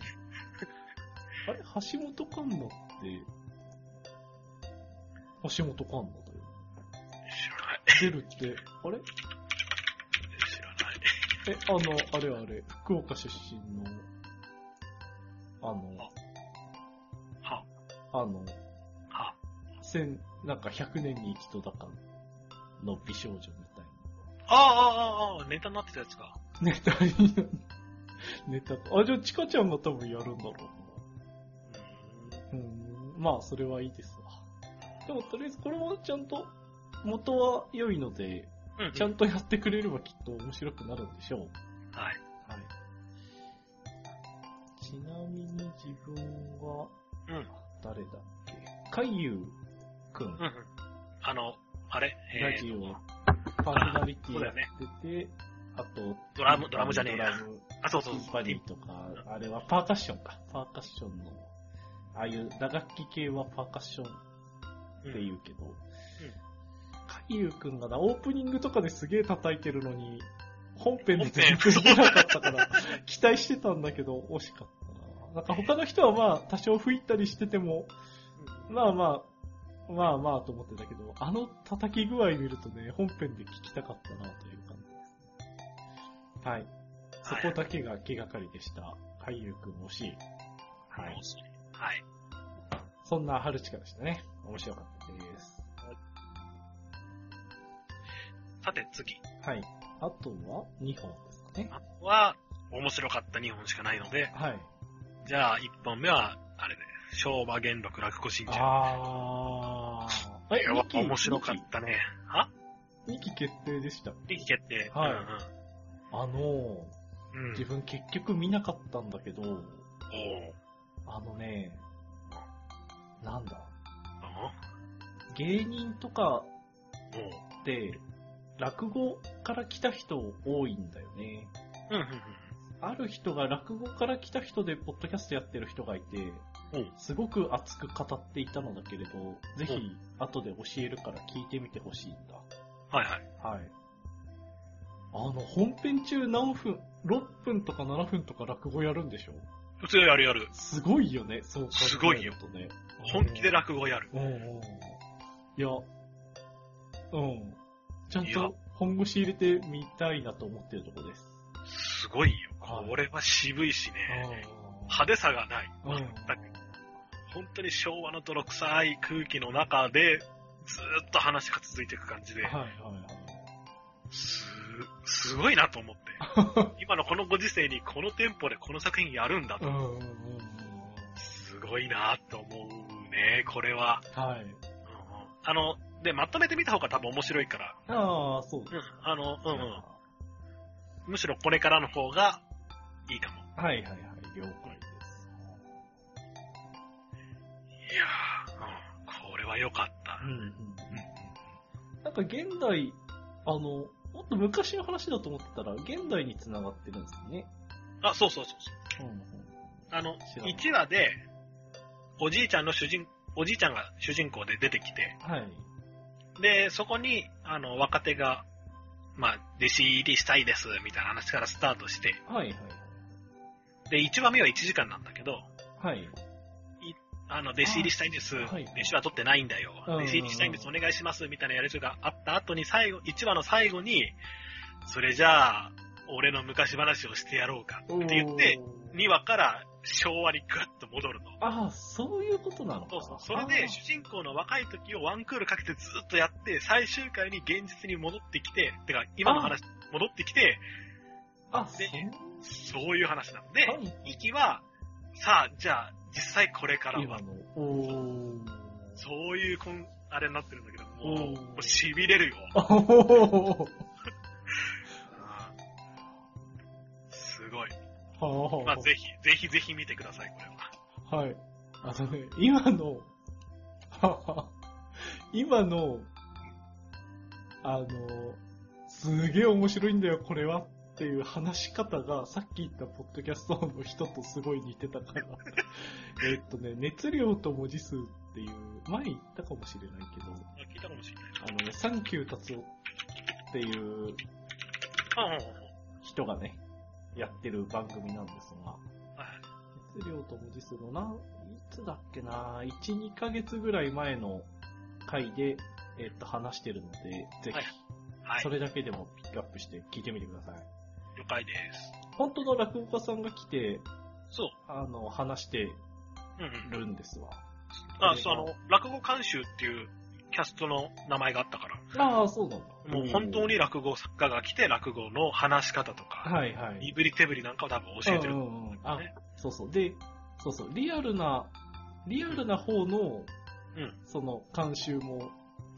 Speaker 1: あれ、橋本環奈って、橋本環奈だよ。
Speaker 2: 知らない。
Speaker 1: 出るって、あれ
Speaker 2: 知らない。
Speaker 1: え、あの、あれあれ、福岡出身の、あの、
Speaker 2: は、
Speaker 1: あの、
Speaker 2: は、
Speaker 1: 千、なんか100年に一度だかの美少女みたい
Speaker 2: ああああああ、ネタになってたやつか。
Speaker 1: な。ネタになる、ネタ、あ、じゃあ、チカちゃんが多分やるんだろ
Speaker 2: う
Speaker 1: うな。うん、まあ、それはいいですわ。でも、とりあえず、これもちゃんと、元は良いので、
Speaker 2: ーん。うん、
Speaker 1: ちゃんとやってくれればきっと面白くなるんでしょう。
Speaker 2: はい。
Speaker 1: はい。ちなみに自分は、
Speaker 2: うん。
Speaker 1: 誰だっけ海遊くん
Speaker 2: うん、う、ん。あの、あれ、
Speaker 1: ラ
Speaker 2: え
Speaker 1: ジ
Speaker 2: ー、
Speaker 1: オ、パーソナリティ
Speaker 2: そうだ
Speaker 1: やっ
Speaker 2: よね
Speaker 1: てて、あと、
Speaker 2: ドラムドラムじゃねえや
Speaker 1: ドラム
Speaker 2: あ、そう
Speaker 1: テ
Speaker 2: そう
Speaker 1: ィ
Speaker 2: そ
Speaker 1: ン
Speaker 2: う。
Speaker 1: パニーとか、あれはパーカッションか。パーカッションの、ああいう打楽器系はパーカッション
Speaker 2: うん
Speaker 1: って言うけど、海遊くんがな、オープニングとかですげえ叩いてるのに、本編で全然出なかったから、期待してたんだけど、惜しかったな。なんか他の人はまあ、多少吹いたりしてても、まあまあ、まあまあと思ってたけど、あの叩き具合見るとね、本編で聞きたかったなという感じですね。はい。そこだけが気がかりでした。海遊くん惜しい。は
Speaker 2: はいい。。はい。
Speaker 1: そんな春近でしたね。面白かったです。
Speaker 2: さて、次
Speaker 1: はい。あとは2本ですかね。
Speaker 2: は、面白かった2本しかないので、
Speaker 1: はい。
Speaker 2: じゃあ1本目は、あれで、昭和元禄落語神社。
Speaker 1: あー。
Speaker 2: いや面白かったね。は
Speaker 1: 2期決定でした。
Speaker 2: 力決定。
Speaker 1: はい
Speaker 2: うん
Speaker 1: あの
Speaker 2: うん。う
Speaker 1: ー、
Speaker 2: ん
Speaker 1: 自。分結局見なかったんだけど、
Speaker 2: おー
Speaker 1: あのね、なんだ、
Speaker 2: あ
Speaker 1: 芸人とか
Speaker 2: おー
Speaker 1: って、落語から来た人多いんだよね。
Speaker 2: うんうんうん。
Speaker 1: ある人が落語から来た人で、ポッドキャストやってる人がいて、
Speaker 2: うん
Speaker 1: すごく熱く語っていたのだけれど、ぜひ後で教えるから聞いてみてほしいんだ。
Speaker 2: はいはい。
Speaker 1: はい。あの、本編中何分、6分とか7分とか落語やるんでしょ
Speaker 2: 普通やるやる。
Speaker 1: すごいよね、そう考
Speaker 2: すご
Speaker 1: え
Speaker 2: い
Speaker 1: る
Speaker 2: よ
Speaker 1: とね。
Speaker 2: 本気で落語やる。
Speaker 1: 語。うんうん。いや、うん。ちゃん
Speaker 2: いや
Speaker 1: と本腰入れてみたいなと思ってるとこです。
Speaker 2: すごいよ。
Speaker 1: はい
Speaker 2: これは渋いしね。派手さがない。
Speaker 1: うん
Speaker 2: 全く本当に昭和の泥臭い空気の中で、ずーっと話が続いていく感じで、
Speaker 1: はいはい
Speaker 2: す、すごいなと思 って。今のこのご時世にこのテンポでこの作品やるんだ
Speaker 1: はい。う
Speaker 2: と。
Speaker 1: んうんうんうん。
Speaker 2: すごいなと思うね、これは。
Speaker 1: はい。
Speaker 2: うんうんあの、で、まとめてみた方が多分面白いから。
Speaker 1: ああ、そう
Speaker 2: うん、あの、うんうん。
Speaker 1: は
Speaker 2: むしろこれからの方がいいかも。
Speaker 1: いはいはい、了解です。
Speaker 2: いやー、うん、これは良かった。
Speaker 1: うんうん。なんか現代、あの、もっと昔の話だと思ってたら、現代に繋がってるんですね。
Speaker 2: あ、そうそうそうそう。
Speaker 1: うんうん、
Speaker 2: あの
Speaker 1: 知ら、ない
Speaker 2: 1話で、おじいちゃんの主人、おじいちゃんが主人公で出てきて、
Speaker 1: はい。
Speaker 2: で、そこに、あの、若手が、まあ、弟子入りしたいです、みたいな話からスタートして、
Speaker 1: はいはい
Speaker 2: で、1話目は1時間なんだけど、
Speaker 1: はい。はい。
Speaker 2: あの、弟子入りしたいんです、
Speaker 1: あはい
Speaker 2: 弟子は取ってないんだよ、
Speaker 1: うんうんうん
Speaker 2: 弟子入りしたいんです、お願いします、みたいなやりとりがあった後に、最後、1話の最後に、それじゃあ、俺の昔話をしてやろうか、って言って、
Speaker 1: おー
Speaker 2: 2話から昭和にグッと戻ると。
Speaker 1: ああ、そういうことなのか
Speaker 2: そうそう。それで、主人公の若い時をワンクールかけてずっとやって、最終回に現実に戻ってきて、てか、今の話、戻ってきて、
Speaker 1: ああ、そ
Speaker 2: で
Speaker 1: う
Speaker 2: そういう話なんで
Speaker 1: は、い
Speaker 2: 行きは、さあ、じゃあ、実際これから
Speaker 1: 今
Speaker 2: は、
Speaker 1: の。おー。
Speaker 2: そういうこん、あれになってるんだけど、もう、
Speaker 1: うん
Speaker 2: もう痺れるよ。
Speaker 1: おーおー
Speaker 2: まあ、ぜひ、ぜひぜひ見てください、これは。
Speaker 1: はい。あのね、今の、今の、あの、すげえ面白いんだよ、これはっていう話し方が、さっき言ったポッドキャストの人とすごい似てたから、 えっとね、熱量と文字数っていう、前言ったかもしれないけど、
Speaker 2: まあ聞いたかもしれない。
Speaker 1: あの、サンキュー達夫っていう
Speaker 2: あうんうんうん
Speaker 1: 人がね、やってる番組なんですが、
Speaker 2: はい
Speaker 1: 熱量と文字数のな、いつだっけな、1、2ヶ月ぐらい前の回で、えっと、話してるので、ぜひ、
Speaker 2: はいはい
Speaker 1: そ。れだけでもピックアップして聞いてみてください。
Speaker 2: 了解です。
Speaker 1: 本当の落語家さんが来て、
Speaker 2: そう。
Speaker 1: あの、話して
Speaker 2: うんうん。
Speaker 1: るんですわ。
Speaker 2: あ、そう、あの、落語監修っていうキャストの名前があったから、
Speaker 1: ああ、そうなんだ。
Speaker 2: もう本当に落語作家が来て、落語の話し方と
Speaker 1: うん。
Speaker 2: か、
Speaker 1: はいはい。
Speaker 2: 身振り手振りなんかを多分教えてる
Speaker 1: うんんうんうん
Speaker 2: だよ
Speaker 1: あ、
Speaker 2: ね。
Speaker 1: そうそう。で、そうそう、リアルな、リアルな方の、
Speaker 2: うん
Speaker 1: その、監修も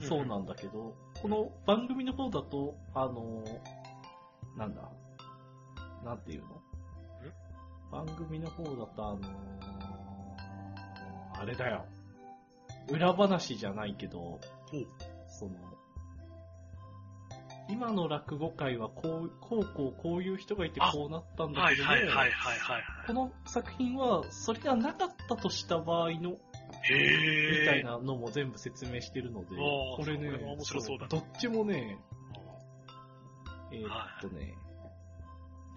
Speaker 1: そうなんだけど、この番組の方だと、あの、なんだ、なんていうの番組の方だと、あのあれだよ。裏話じゃないけど、
Speaker 2: ほう
Speaker 1: その、今の落語界はこう、こうこうこういう人がいて
Speaker 2: あ
Speaker 1: こうなったんだ
Speaker 2: はい
Speaker 1: けども、
Speaker 2: はいはいはいはい
Speaker 1: この作品は、それがなかったとした場合の、み
Speaker 2: はい。へえ。
Speaker 1: たいなのも全部説明してるので、
Speaker 2: おー
Speaker 1: これね
Speaker 2: それは面、白そうだな
Speaker 1: どっちもね、えーっとね、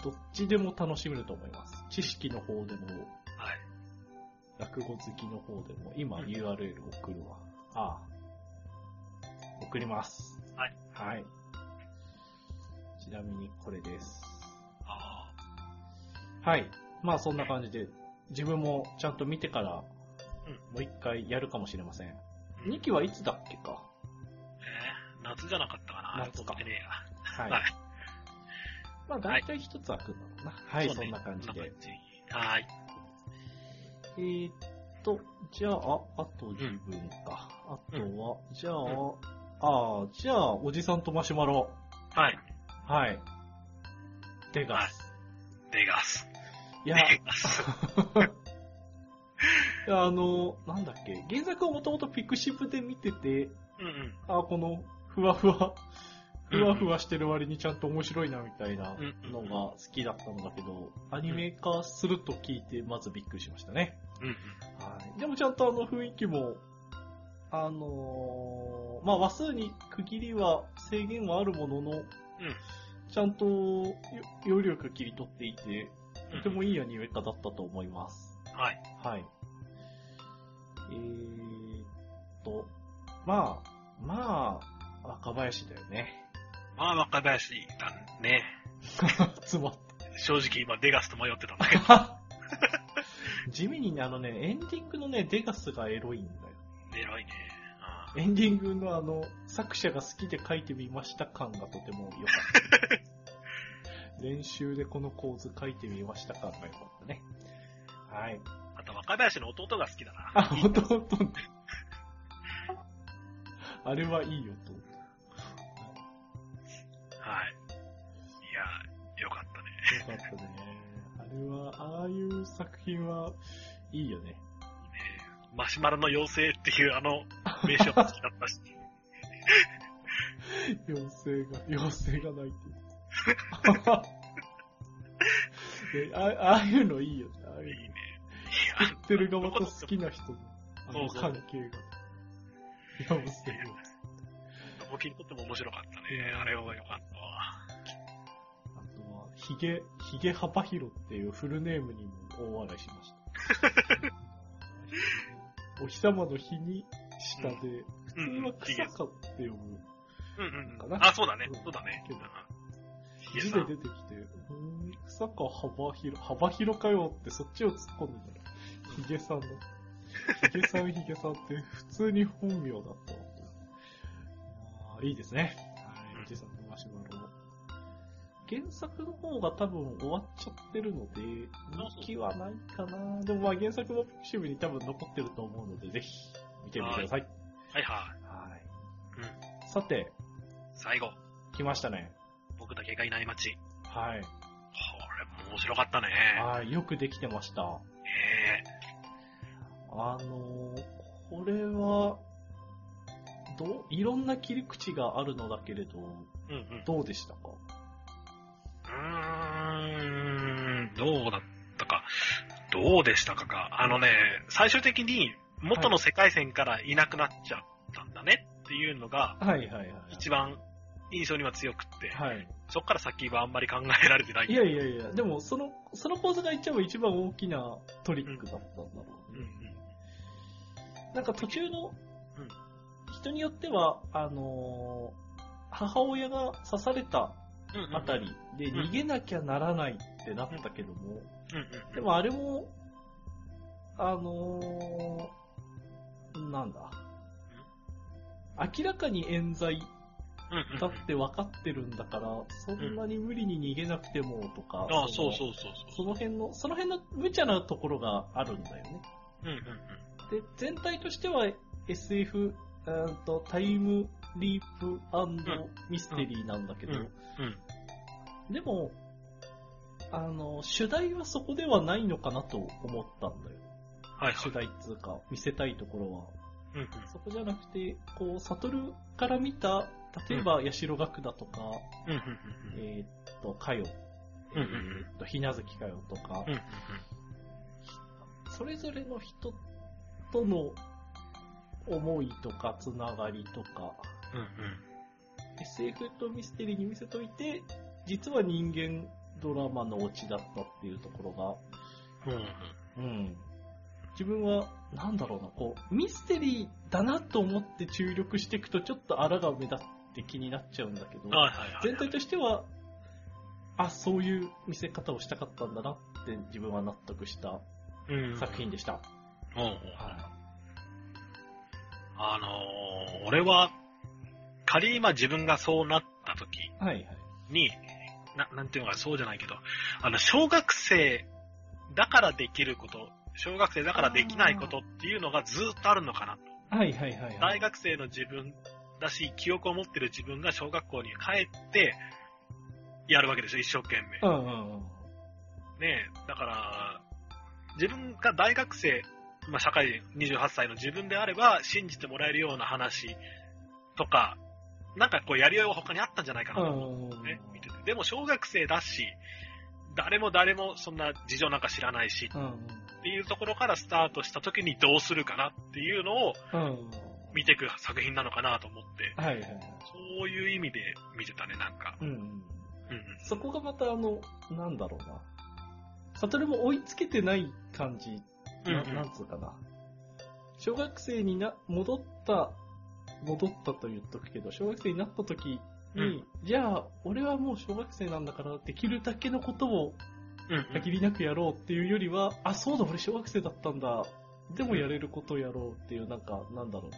Speaker 1: どっちでも楽しめると思います。知識の方でも、
Speaker 2: はい。
Speaker 1: 落語好きの方でも、今
Speaker 2: うん
Speaker 1: URL 送るわ。ああ。送ります。
Speaker 2: はい。
Speaker 1: はい。ちなみにこれです。
Speaker 2: あ
Speaker 1: はい。まあそんな感じで、自分もちゃんと見てから、
Speaker 2: うん
Speaker 1: もう一回やるかもしれません。
Speaker 2: ーうん
Speaker 1: 2期はいつだっけか。
Speaker 2: えー夏じゃなかったかな。
Speaker 1: 夏か
Speaker 2: やっと見てねえや
Speaker 1: はい。
Speaker 2: はい
Speaker 1: まあ大体一つ開くんだろうな。はい、
Speaker 2: う
Speaker 1: そ
Speaker 2: ね
Speaker 1: んな感じ
Speaker 2: そんな
Speaker 1: で
Speaker 2: 感。じはい。
Speaker 1: えーっと、じゃあ、あと自分か。あとは、じゃあ、ああ、じゃあ、おじさんとマシュマロ。
Speaker 2: はい。
Speaker 1: はい。デガス。
Speaker 2: デガス。
Speaker 1: いや、
Speaker 2: デガス。
Speaker 1: いやあの、なんだっけ、原作をもともとピクシブで見てて、
Speaker 2: うんうん。
Speaker 1: あ、この、ふわふわ、ふわふわしてる割にちゃんと面白いなみたいな
Speaker 2: うん
Speaker 1: のが好きだったんだけど、アニメ化すると聞いて、まずびっくりしましたね。
Speaker 2: うんうん。
Speaker 1: はい。でもちゃんとあの雰囲気も、あのーまあ、話数に区切りは制限はあるものの、ちゃんとよ容量切り取っていて、とてもいいアニメ化だったと思います。
Speaker 2: はい。
Speaker 1: はい。えーっと、まあ、まあ、若林だよね。
Speaker 2: まあ、若林だね。
Speaker 1: つまっ
Speaker 2: 正直今、デガスと迷ってたんだけど。
Speaker 1: た。 地味にね、あのね、エンディングのね、デガスがエロいんだよ。
Speaker 2: エロいね。うん
Speaker 1: エンディングのあの、作者が好きで書いてみました感がとても良かった。練習でこの構図書いてみました感が良かったね。はい。
Speaker 2: あと、若林の弟が好きだな。
Speaker 1: あ、ほとんどね。あれはいいよと。
Speaker 2: はい。いや、よかったね。
Speaker 1: よかったね。あれは、ああいう作品はいいよ ね。
Speaker 2: マシュマロの妖精っていうあの名称も好きだったし。
Speaker 1: 妖精が、妖精が泣いて る。ねあああいうのいいよね。ああ
Speaker 2: い
Speaker 1: いの。。
Speaker 2: いうねいや、
Speaker 1: 言ってる側と好きな人のあ
Speaker 2: そう
Speaker 1: の
Speaker 2: そう
Speaker 1: 関係が。妖精が。
Speaker 2: 僕にとっても面白かったね。あれはよかったわ。
Speaker 1: あとは、ヒゲ、ヒゲ幅広っていうフルネームにも大笑いし ました。お日様の日に下で、普
Speaker 2: うん
Speaker 1: 通は
Speaker 2: ヒゲ
Speaker 1: 草かって呼ぶ。
Speaker 2: うん
Speaker 1: か
Speaker 2: うんう。
Speaker 1: なん
Speaker 2: あ、そうだね。そうだね。
Speaker 1: うん
Speaker 2: うん
Speaker 1: 字
Speaker 2: ヒ
Speaker 1: で
Speaker 2: ゲさん
Speaker 1: 出てきて、うーん、草か幅広、幅広かよってそっちを突っ込んでたら、ヒゲさんだった。ヒゲさん、ヒゲさんって普通に本名だったわいやーいいですね。はい、おじさんのマシュマロ。原作の方が多分終わっちゃってるので、人気はないかなでもまあ原作のピクシブに多分残ってると思うので、ぜひ見てみてください。
Speaker 2: はいはい。
Speaker 1: はい。
Speaker 2: うん。
Speaker 1: さて、
Speaker 2: 最後、
Speaker 1: 来ましたね。
Speaker 2: 僕だけがいない街。
Speaker 1: はい。
Speaker 2: これ面白かったね。
Speaker 1: はい、よくできてました。
Speaker 2: え
Speaker 1: あのーこれは、どう、いろんな切り口があるのだけれど、
Speaker 2: えうんうん。
Speaker 1: どうでしたか
Speaker 2: うーん、どうだったか。どうでしたかか。あのね、最終的に元の世界線からいなくなっちゃったんだねっていうのが
Speaker 1: はいはいはい。
Speaker 2: 一番印象には強くって、
Speaker 1: はい。
Speaker 2: そっから先はあんまり考えられてない。
Speaker 1: いやいやいや、でもその、その構図が一番一番大きなトリックだったんだろ
Speaker 2: う
Speaker 1: うんね
Speaker 2: うん。
Speaker 1: なんか途中の
Speaker 2: うん、
Speaker 1: 人によっては、あのー母親が刺された
Speaker 2: うんうん
Speaker 1: あたりで
Speaker 2: うん
Speaker 1: 逃げなきゃならないってなったけども、
Speaker 2: うんうん
Speaker 1: でもあれも、あのーなんだ。明らかに冤罪
Speaker 2: うんうん
Speaker 1: だって分かってるんだから、そんなに無理に逃げなくてもとか、
Speaker 2: ああ、
Speaker 1: の
Speaker 2: そうそうそうそ
Speaker 1: その辺の、その辺の無茶なところがあるんだよね。
Speaker 2: う。うんうんうん。
Speaker 1: で、全体としては SF、うーんと、タイムリープミステリーなんだけど、
Speaker 2: うんうん。
Speaker 1: でも、あの、主題はそこではないのかなと思ったんだよ。
Speaker 2: はいは
Speaker 1: 主
Speaker 2: い。
Speaker 1: 題っつうか、見せたいところは。
Speaker 2: うんうん。
Speaker 1: そこじゃなくて、こう、悟るから見た、例えば、八代学だとか、
Speaker 2: うんうんうんうん。
Speaker 1: えーっと、かよ、
Speaker 2: うんうんうん
Speaker 1: えーっと、ひなずきかよとか、
Speaker 2: うんうんうん。
Speaker 1: それぞれの人との思いとか、つながりとか、
Speaker 2: うん
Speaker 1: SF とミステリーに見せといて、実は人間ドラマのオチだったっていうところ
Speaker 2: うん。うんうん。
Speaker 1: が、うん。自分は、なんだろうな、こう、ミステリーだなと思って注力していくと、ちょっとあらが目立って気になっちゃうんだけど、
Speaker 2: はいはいはい。
Speaker 1: 全体としては、あ、そういう見せ方をしたかったんだなって自分は納得した
Speaker 2: うん
Speaker 1: 作品でした。
Speaker 2: うんうん
Speaker 1: は
Speaker 2: あのー俺は、仮に今自分がそうなった時
Speaker 1: い。はいはい。
Speaker 2: に、ななんていうのか、そうじゃないけど、あの、小学生だからできること、小学生だからできないことっていうのがずーっとあるのかなと。
Speaker 1: はいはいはい、はい。
Speaker 2: 大学生の自分だし、記憶を持ってる自分が小学校に帰って、やるわけでしょ、一生懸命。
Speaker 1: うんうんうん。
Speaker 2: ねえ、だから、自分が大学生、まあ、社会人28歳の自分であれば、信じてもらえるような話とか、なんかこう、やりようは他にあったんじゃないかなと思
Speaker 1: うんうんうん
Speaker 2: うね、見てて。でも、小学生だし、誰も誰もそんな事情なんか知らないし、
Speaker 1: うん
Speaker 2: っていうところからスタートした時にどうするかなっていうのを
Speaker 1: うん。うん。
Speaker 2: 見ていく作品なのかなと思って、
Speaker 1: はいはいはい。
Speaker 2: そういう意味で見てたね、なんか。
Speaker 1: うんうん。
Speaker 2: うんうん。
Speaker 1: そこがまたあの、なんだろうな。悟りも追いつけてない感じ、な
Speaker 2: うんうん
Speaker 1: なんつうかな。小学生にな、戻った、戻ったと言っとくけど、小学生になった時に、
Speaker 2: うん
Speaker 1: じゃあ、俺はもう小学生なんだから、できるだけのことを
Speaker 2: うんうん
Speaker 1: 限りなくやろうっていうよりは、あ、そうだ、俺小学生だったんだ。でもやれることをやろうっていう、なんか、なんだろうな。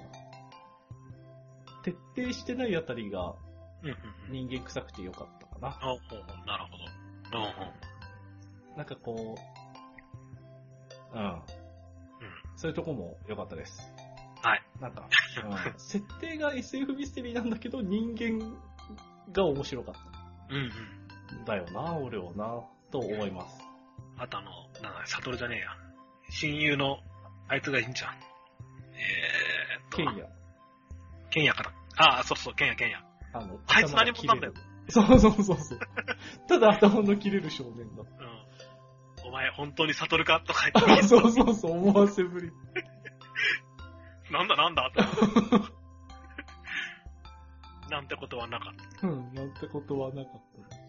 Speaker 1: 徹底してないあたりが
Speaker 2: うんうんうん。
Speaker 1: 人間臭くてよかったかな。
Speaker 2: あほうほうなるほど。うんうん。
Speaker 1: なんかこう、うん。そういうとこも良かったです。
Speaker 2: はい。
Speaker 1: なんか、うん、設定が SF ミステリーなんだけど、人間が面白かっ
Speaker 2: うんう
Speaker 1: たん
Speaker 2: ん。
Speaker 1: だよな、俺はな、と思います。
Speaker 2: あとあの、なんだ、悟じゃねえや。親友の、あいつがいいんじゃん。えーっと、
Speaker 1: ケン
Speaker 2: ヤ。
Speaker 1: ヤ、
Speaker 2: ケンヤかな。ああ、そうそう、ケンヤ、ケンヤ。
Speaker 1: あの、
Speaker 2: あいつ何者なんだ
Speaker 1: 頭が切れる。
Speaker 2: よ
Speaker 1: そうそうそうそう。ただ頭の切れる少年だっ。
Speaker 2: うん。お前、本当に悟るかとか 言っ たて、
Speaker 1: そうそうそう、思わせぶり。
Speaker 2: なんだなんだと 思って。なんてことはなかったね。
Speaker 1: うん、なんてことはなかった。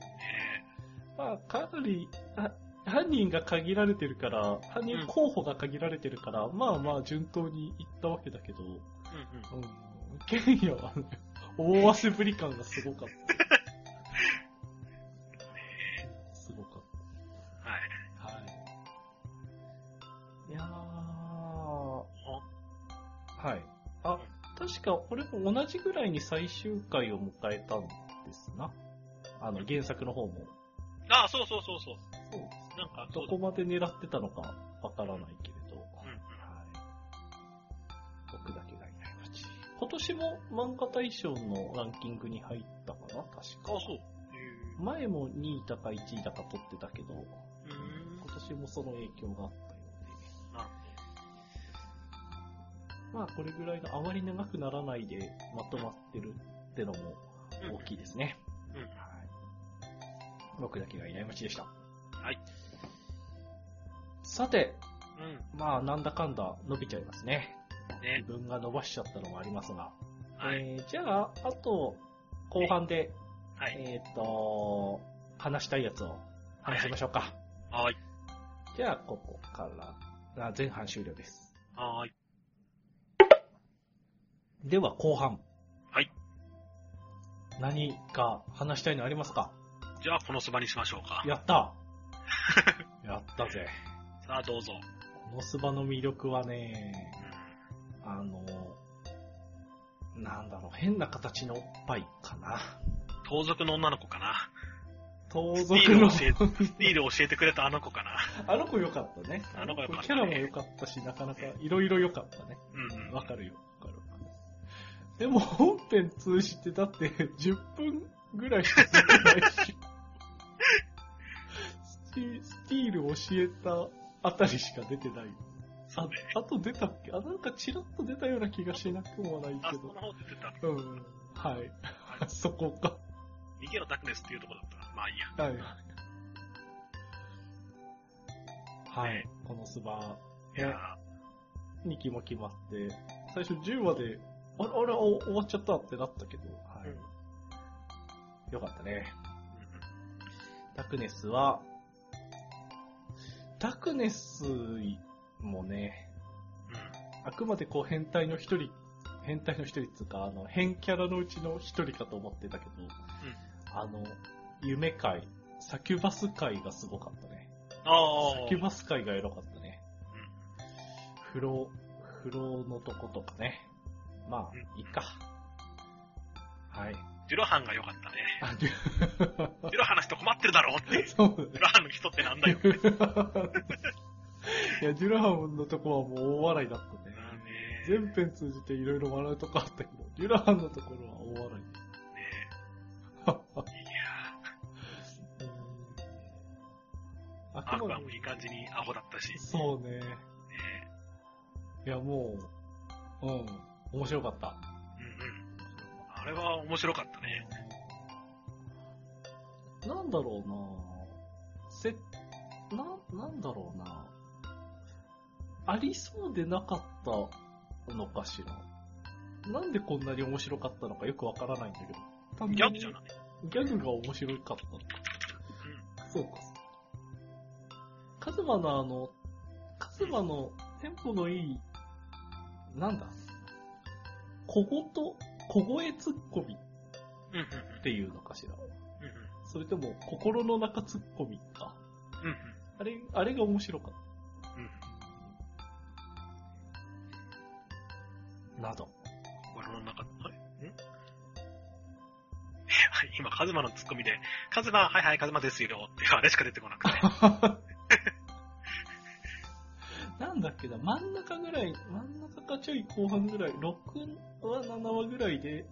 Speaker 1: まあ、かなり、あ犯人が限られてるから、犯
Speaker 2: う
Speaker 1: 人
Speaker 2: ん
Speaker 1: 候補が限られてるから、まあまあ順当にいったわけだけど、
Speaker 2: うんうん。
Speaker 1: うん、ケン ヤはね、思わせぶり感がすごかった。すごかっ
Speaker 2: はい。
Speaker 1: た。はい。いやー、はい。あ、確か俺も同じぐらいに最終回を迎えたんですな。あの、原作の方も。
Speaker 2: ああ、そうそうそうそう。
Speaker 1: そうで
Speaker 2: なんか、
Speaker 1: す。ど
Speaker 2: そう
Speaker 1: こまで狙ってたのかわからないけれど。
Speaker 2: うん
Speaker 1: はい。
Speaker 2: うん。
Speaker 1: 僕だけがいないのち。今年も漫画大賞のランキングに入ったかな確
Speaker 2: あ
Speaker 1: か。
Speaker 2: あ、そう。
Speaker 1: 前も2位だか1位だか取ってたけど、私もその影響があったようで。
Speaker 2: なる
Speaker 1: まあ、これぐらいのあまり長くならないでまとまってるってのも大きいですね。
Speaker 2: うんうん
Speaker 1: はい。僕だけがいないちでした。
Speaker 2: はい。
Speaker 1: さて、
Speaker 2: うん。
Speaker 1: まあ、なんだかんだ伸びちゃいますね。
Speaker 2: ね。
Speaker 1: 自分が伸ばしちゃったのもありますが。
Speaker 2: はい。
Speaker 1: えーじゃあ、あと、後半で、
Speaker 2: はい。
Speaker 1: えっ、と、話したいやつを話しましょうか。
Speaker 2: はい。
Speaker 1: じゃあ、ここから、あ前半終了です。
Speaker 2: はーい。
Speaker 1: では、後半。
Speaker 2: はい。
Speaker 1: 何か話したいのありますか
Speaker 2: じゃあ、このそばにしましょうか。
Speaker 1: や ったーやったぜ。
Speaker 2: さあ、どうぞ。
Speaker 1: このスバの魅力はね、
Speaker 2: うん
Speaker 1: あの、なんだろう、変な形のおっぱいかな。
Speaker 2: 盗賊の女の子かな。
Speaker 1: 盗
Speaker 2: ス
Speaker 1: 賊
Speaker 2: ティール
Speaker 1: の
Speaker 2: を。教え、スティールを教えてくれたあの子かな。
Speaker 1: あの子良かったね。
Speaker 2: あの子良かっ
Speaker 1: キ
Speaker 2: たね
Speaker 1: ャラも良かったし、なかなかいろいろ良かったね。
Speaker 2: うんうん。
Speaker 1: わかるよ、わかる。でも本編通じてだって10分ぐらいしか出てないし、スティスティール教えたあたりしか出てない。
Speaker 2: そ
Speaker 1: あ
Speaker 2: うね。
Speaker 1: あと出たっけあ、なんかチラッと出たような気がしなくもない
Speaker 2: あ
Speaker 1: け
Speaker 2: そこ
Speaker 1: ど
Speaker 2: の。方って言ってた。
Speaker 1: うん。はい。 そこか。
Speaker 2: 逃げろダクネスっていうとこだった。まあいいや。
Speaker 1: はい。はい
Speaker 2: ね。
Speaker 1: このスバ
Speaker 2: いや
Speaker 1: 2期も決まって、最初10話で、あれ、あれ、お終わっちゃったってなったけど、はい。
Speaker 2: うん
Speaker 1: よかったね。
Speaker 2: ーうん
Speaker 1: ダクネスは、ダクネスもね、
Speaker 2: う
Speaker 1: あくまでこう変態の一人、変態の一人っつうか、あの、変キャラのうちの一人かと思ってたけど、あの、夢界、サキュバス界がすごかったね。
Speaker 2: ん。あ
Speaker 1: サ
Speaker 2: あ。
Speaker 1: キュバス界がエロかったね。
Speaker 2: うん
Speaker 1: 風呂、風呂のとことかね。ま
Speaker 2: うん
Speaker 1: あ、いいか。はい。
Speaker 2: ジュロハンが良かったね。
Speaker 1: あ、で
Speaker 2: ジュロハンの人困ってるだろうって。
Speaker 1: そう
Speaker 2: ジュロハンの人ってなん だよ。
Speaker 1: だね。いや、ジュラハンのとこはもう大笑いだったね。全編通じていろいろ笑うとこあったけど、ジュラハンのところは大笑い。
Speaker 2: ねいや
Speaker 1: うんあ
Speaker 2: ーア
Speaker 1: く
Speaker 2: ク
Speaker 1: ま
Speaker 2: ア
Speaker 1: で
Speaker 2: もいい感じにアホだったし。
Speaker 1: そうね。
Speaker 2: ね
Speaker 1: いや、もう、うん、面白かった。
Speaker 2: うんうん。あれは面白かったね。
Speaker 1: なんだろうなせ、な、なんだろうなありそうでなかったのかしら。なんでこんなに面白かったのかよくわからないんだけど。単
Speaker 2: ギ
Speaker 1: 純
Speaker 2: ャグ
Speaker 1: に
Speaker 2: じゃない。
Speaker 1: ギャグが面白かったのか。そうか。カズマのあの、カズマのテンポのいい、なんだ小言、小声ツッコミっ
Speaker 2: うんうん
Speaker 1: ていうのかしら。
Speaker 2: うん。
Speaker 1: それとも、心の中ツッコミか。
Speaker 2: うんうん。
Speaker 1: あれ、あれが面白かっ
Speaker 2: うんうん。
Speaker 1: た。など。
Speaker 2: 心の中、あれんいや 今、カズマのツッコミで、カズマ、はいはい、カズマですよって、あれしか出てこなく て。
Speaker 1: なんだっけな、真ん中ぐらい、真ん中かちょい後半ぐらい、6話、7話ぐらいで、
Speaker 2: う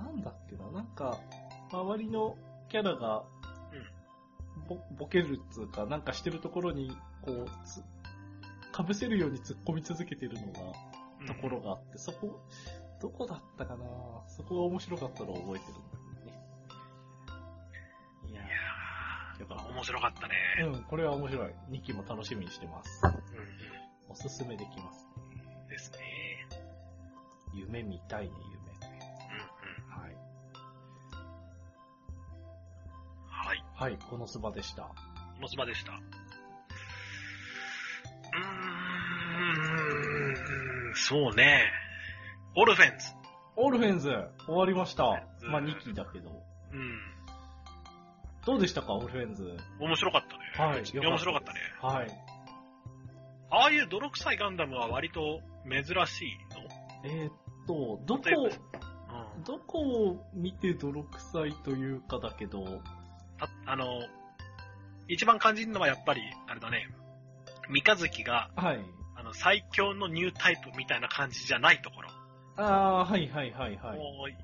Speaker 2: ん
Speaker 1: なんだっけな、なんか、周りのキャラが、ぼ、ボケるっつうか、なんかしてるところに、こう、つ、かぶせるように突っ込み続けてるのが、
Speaker 2: うん
Speaker 1: ところがあって、そこ、どこだったかなそこが面白かったのを覚えてるんだけどね。いや
Speaker 2: いやーやっぱ面白かったね。
Speaker 1: ー、うん、これは面白い。2期も楽しみにしてます。
Speaker 2: うんう
Speaker 1: おすすめできます。
Speaker 2: ん。ですね。
Speaker 1: 夢見たいね、夢。
Speaker 2: うん
Speaker 1: はい。
Speaker 2: うん。はい。
Speaker 1: はい、このスバでした。
Speaker 2: モスバでした。うーん、そうね。オルフェンズ。
Speaker 1: オールフェンズ、終わりました。
Speaker 2: ズ
Speaker 1: まあ2期だけど。
Speaker 2: うん。
Speaker 1: どうでしたか、オールフェンズ。
Speaker 2: 面白かったね。
Speaker 1: はい
Speaker 2: 普通に面白かったね。
Speaker 1: はい。
Speaker 2: ああいう泥臭いガンダムは割と珍しい
Speaker 1: えーっと、どこ、
Speaker 2: 例えのうん。
Speaker 1: どこを見て泥臭いというかだけど、
Speaker 2: ああの、一番感じるのはやっぱり、あれだね。三日月が、
Speaker 1: はい。
Speaker 2: あの、最強のニュータイプみたいな感じじゃないところ。
Speaker 1: あー、はいはいはいはい。
Speaker 2: もうい、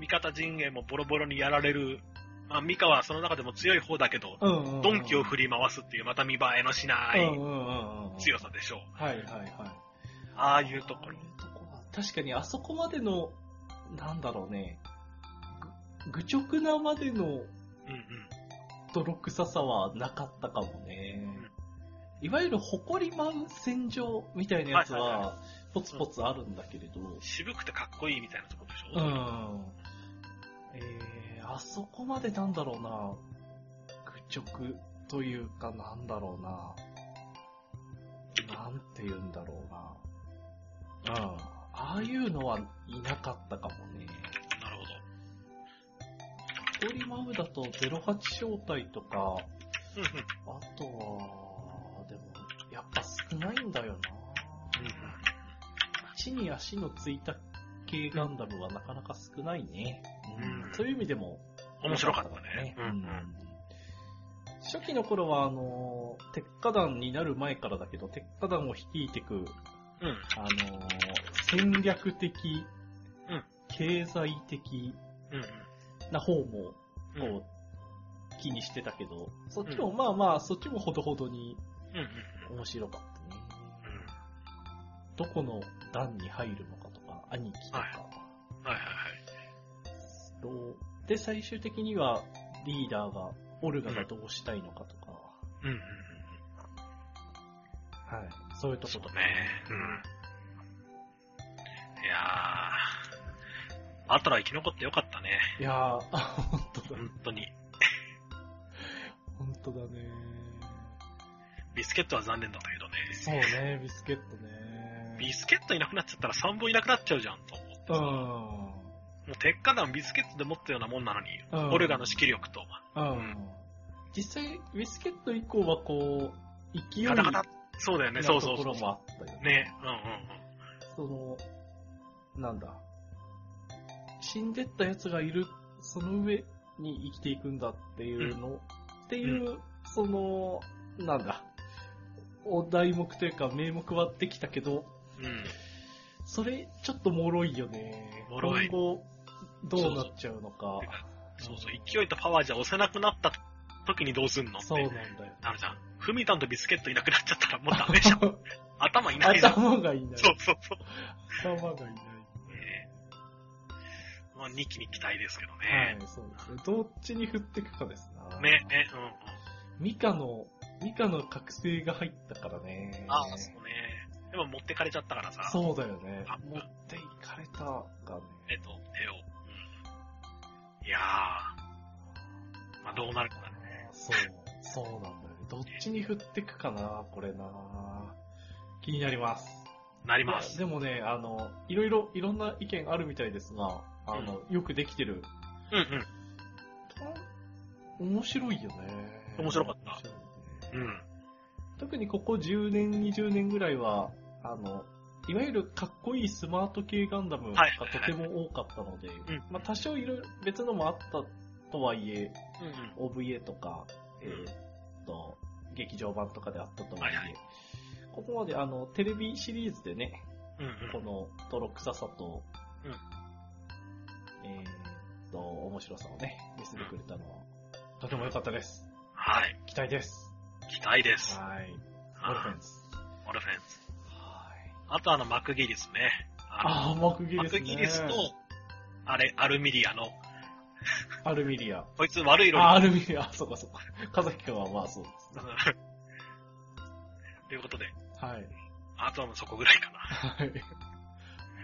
Speaker 2: 味方陣営もボロボロにやられる、まあ、ミカはその中でも強い方だけど、
Speaker 1: うんうんうんうん。
Speaker 2: ドンキを振り回すっていう、また見栄えのしな
Speaker 1: うん
Speaker 2: い
Speaker 1: うんうんうん。
Speaker 2: 強さでしょう。
Speaker 1: はいはいはい。
Speaker 2: ああいうところ。
Speaker 1: 確かにあそこまでの、なんだろうね、ぐ愚直なまでの
Speaker 2: うんうん。
Speaker 1: 泥臭さはなかったかもね。いわゆる誇り満戦場みたいなやつ
Speaker 2: はいはい
Speaker 1: は、ポツポツあるんだけれど、
Speaker 2: 渋くてかっこいいみたいなところでし
Speaker 1: う
Speaker 2: ょ。
Speaker 1: ん。えー、あそこまでなんだろうな、愚直というかなんだろうな、なんて言うんだろうな。うん。ああいうのはいなかったかもね。
Speaker 2: なるほど。
Speaker 1: 一人マウだと08招待とか、
Speaker 2: うんうん。
Speaker 1: あとは、でも、やっぱ少ないんだよな。地に足のついた系ガンダムはなかなか少ないね。
Speaker 2: うん
Speaker 1: そういう意味でも、
Speaker 2: 面白かったね。うん
Speaker 1: う
Speaker 2: うんん。
Speaker 1: 初期の頃は、あの、鉄火団になる前からだけど、鉄火団を率いてく、
Speaker 2: うん。
Speaker 1: あの、戦略的
Speaker 2: うん、
Speaker 1: 経済的
Speaker 2: うん
Speaker 1: な方も、
Speaker 2: うん。うん
Speaker 1: こう、気にしてたけど、そっちもまあまあ、そっちもほどほどに
Speaker 2: うんうん。
Speaker 1: 面白かったね。どこの段に入るのかとか、兄貴とか。
Speaker 2: はいはいはい
Speaker 1: どうで、最終的にはリーダーが、オルガがどうしたいのかとか、
Speaker 2: はい。うんうん。
Speaker 1: はい。そういうとこ
Speaker 2: そう
Speaker 1: ろ
Speaker 2: ね。うん。いやー。バトラー生き残ってよかったね。
Speaker 1: いやー、あ本当だ。
Speaker 2: 本当に。
Speaker 1: 本当だね。
Speaker 2: ビスケットは残念だったけどね。
Speaker 1: そうね、ビスケットね。
Speaker 2: ビスケットいなくなっちゃったら3本いなくなっちゃうじゃんと思って
Speaker 1: う
Speaker 2: さ。
Speaker 1: ん。
Speaker 2: もう鉄火弾ビスケットで持ったようなもんなのに、
Speaker 1: うん
Speaker 2: オルガの指揮力と、
Speaker 1: うん。
Speaker 2: うん
Speaker 1: 実際、ビスケット以降はこう、勢い
Speaker 2: ガタガ
Speaker 1: な
Speaker 2: タ、そうだよね、そうそ
Speaker 1: と
Speaker 2: う
Speaker 1: こ
Speaker 2: そ
Speaker 1: ろ
Speaker 2: う。
Speaker 1: もあったよね。
Speaker 2: ね、うんうん
Speaker 1: その、なんだ、死んでった奴がいる、その上に生きていくんだっていうの、っていう、その、なんだ、お題目というか名目はできたけど、
Speaker 2: うん。うん。
Speaker 1: それちょっと脆いよね。
Speaker 2: 脆い
Speaker 1: 今後、どうなっちゃうのか。
Speaker 2: そうそう、勢いとパワーじゃ押せなくなった時にどうすんのっ
Speaker 1: そうなん
Speaker 2: て。
Speaker 1: だよ。
Speaker 2: ダメじゃん。フミタンとビスケットいなくなっちゃったらもうダ メじゃん。頭い ないじゃん。
Speaker 1: 頭がいない。
Speaker 2: そうそうそう。
Speaker 1: 頭がいない。
Speaker 2: ねまあ、2期に期待ですけど
Speaker 1: はい
Speaker 2: ね。、
Speaker 1: そうですね。どっちに振っていくかですな。
Speaker 2: ね、ね、うんうん。
Speaker 1: ミカの、ミカの覚醒が入ったからね。
Speaker 2: ああ、そうね。でも持ってかれちゃったからさ。
Speaker 1: そうだよね
Speaker 2: あ。
Speaker 1: 持っていかれたが
Speaker 2: えっ
Speaker 1: ね。
Speaker 2: と、手を。うんいやー。まあ、どうなるかだね。
Speaker 1: そう、そうなんだよね。どっちに振ってくかな、これな。気になります。
Speaker 2: なります。
Speaker 1: でもね、あの、いろいろ、いろんな意見あるみたいですが、あの、よくできてる。
Speaker 2: うんうん。
Speaker 1: 面白いよね。
Speaker 2: 面白かった
Speaker 1: 面白いね
Speaker 2: うん。
Speaker 1: 特にここ10年、20年ぐらいは、あの、いわゆるかっこいいスマート系ガンダムが
Speaker 2: はいはい
Speaker 1: と
Speaker 2: は
Speaker 1: て
Speaker 2: い
Speaker 1: も多かったので、
Speaker 2: うん
Speaker 1: まあ多少いろいろ別のもあったとはいえ、
Speaker 2: うんうん。
Speaker 1: OVA とか、え
Speaker 2: う
Speaker 1: ー
Speaker 2: ん
Speaker 1: っと、劇場版とかであったとはいえ、
Speaker 2: はいはい
Speaker 1: ここまであの、テレビシリーズでね、
Speaker 2: うん
Speaker 1: この泥臭さと、
Speaker 2: うん
Speaker 1: えーっと、面白さをね、見せてくれたのは、とても良かったです。
Speaker 2: はい。
Speaker 1: 期待です。
Speaker 2: 期待です。
Speaker 1: はい。オルフ
Speaker 2: あ
Speaker 1: ェンス。
Speaker 2: ーオルフェンス。
Speaker 1: はい。
Speaker 2: あとあの、幕切りですね。
Speaker 1: あ
Speaker 2: あ
Speaker 1: あ、幕切
Speaker 2: の、
Speaker 1: りです
Speaker 2: 幕
Speaker 1: ね。
Speaker 2: 切りと、あれ、アルミリアの、
Speaker 1: アルミリア。
Speaker 2: こいつ悪い色に
Speaker 1: あ、アルミリア、そうかそうか。かざきくんはまあそうですね。
Speaker 2: うん ということで、
Speaker 1: はい。
Speaker 2: あとはもうそこぐらいかな。
Speaker 1: はい。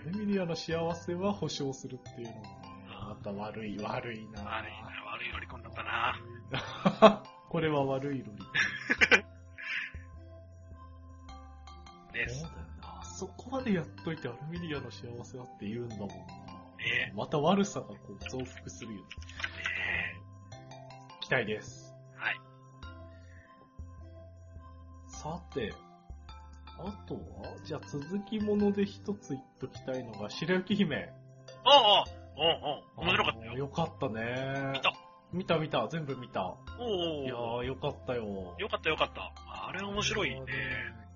Speaker 1: アルミリアの幸せは保証するっていうのもね、また悪い、悪いな
Speaker 2: 悪いな、悪い乗り込んだったな。
Speaker 1: これは悪いロリ。
Speaker 2: です。
Speaker 1: あそこまでやっといてアルミリアの幸せはって言うんだもんな。
Speaker 2: ね
Speaker 1: また悪さがこう増幅するよね。
Speaker 2: ね
Speaker 1: 期待です。
Speaker 2: はい。
Speaker 1: さて、あとはじゃあ続きもので一つ言っときたいのが、白雪姫。
Speaker 2: おうおうおうおう面白かった
Speaker 1: あ
Speaker 2: よ。
Speaker 1: ーよかったね。
Speaker 2: 見た。
Speaker 1: 見た見た、全部見た。
Speaker 2: おうおう
Speaker 1: いやー、よかったよ。
Speaker 2: よかったよかった。あれ面白いね。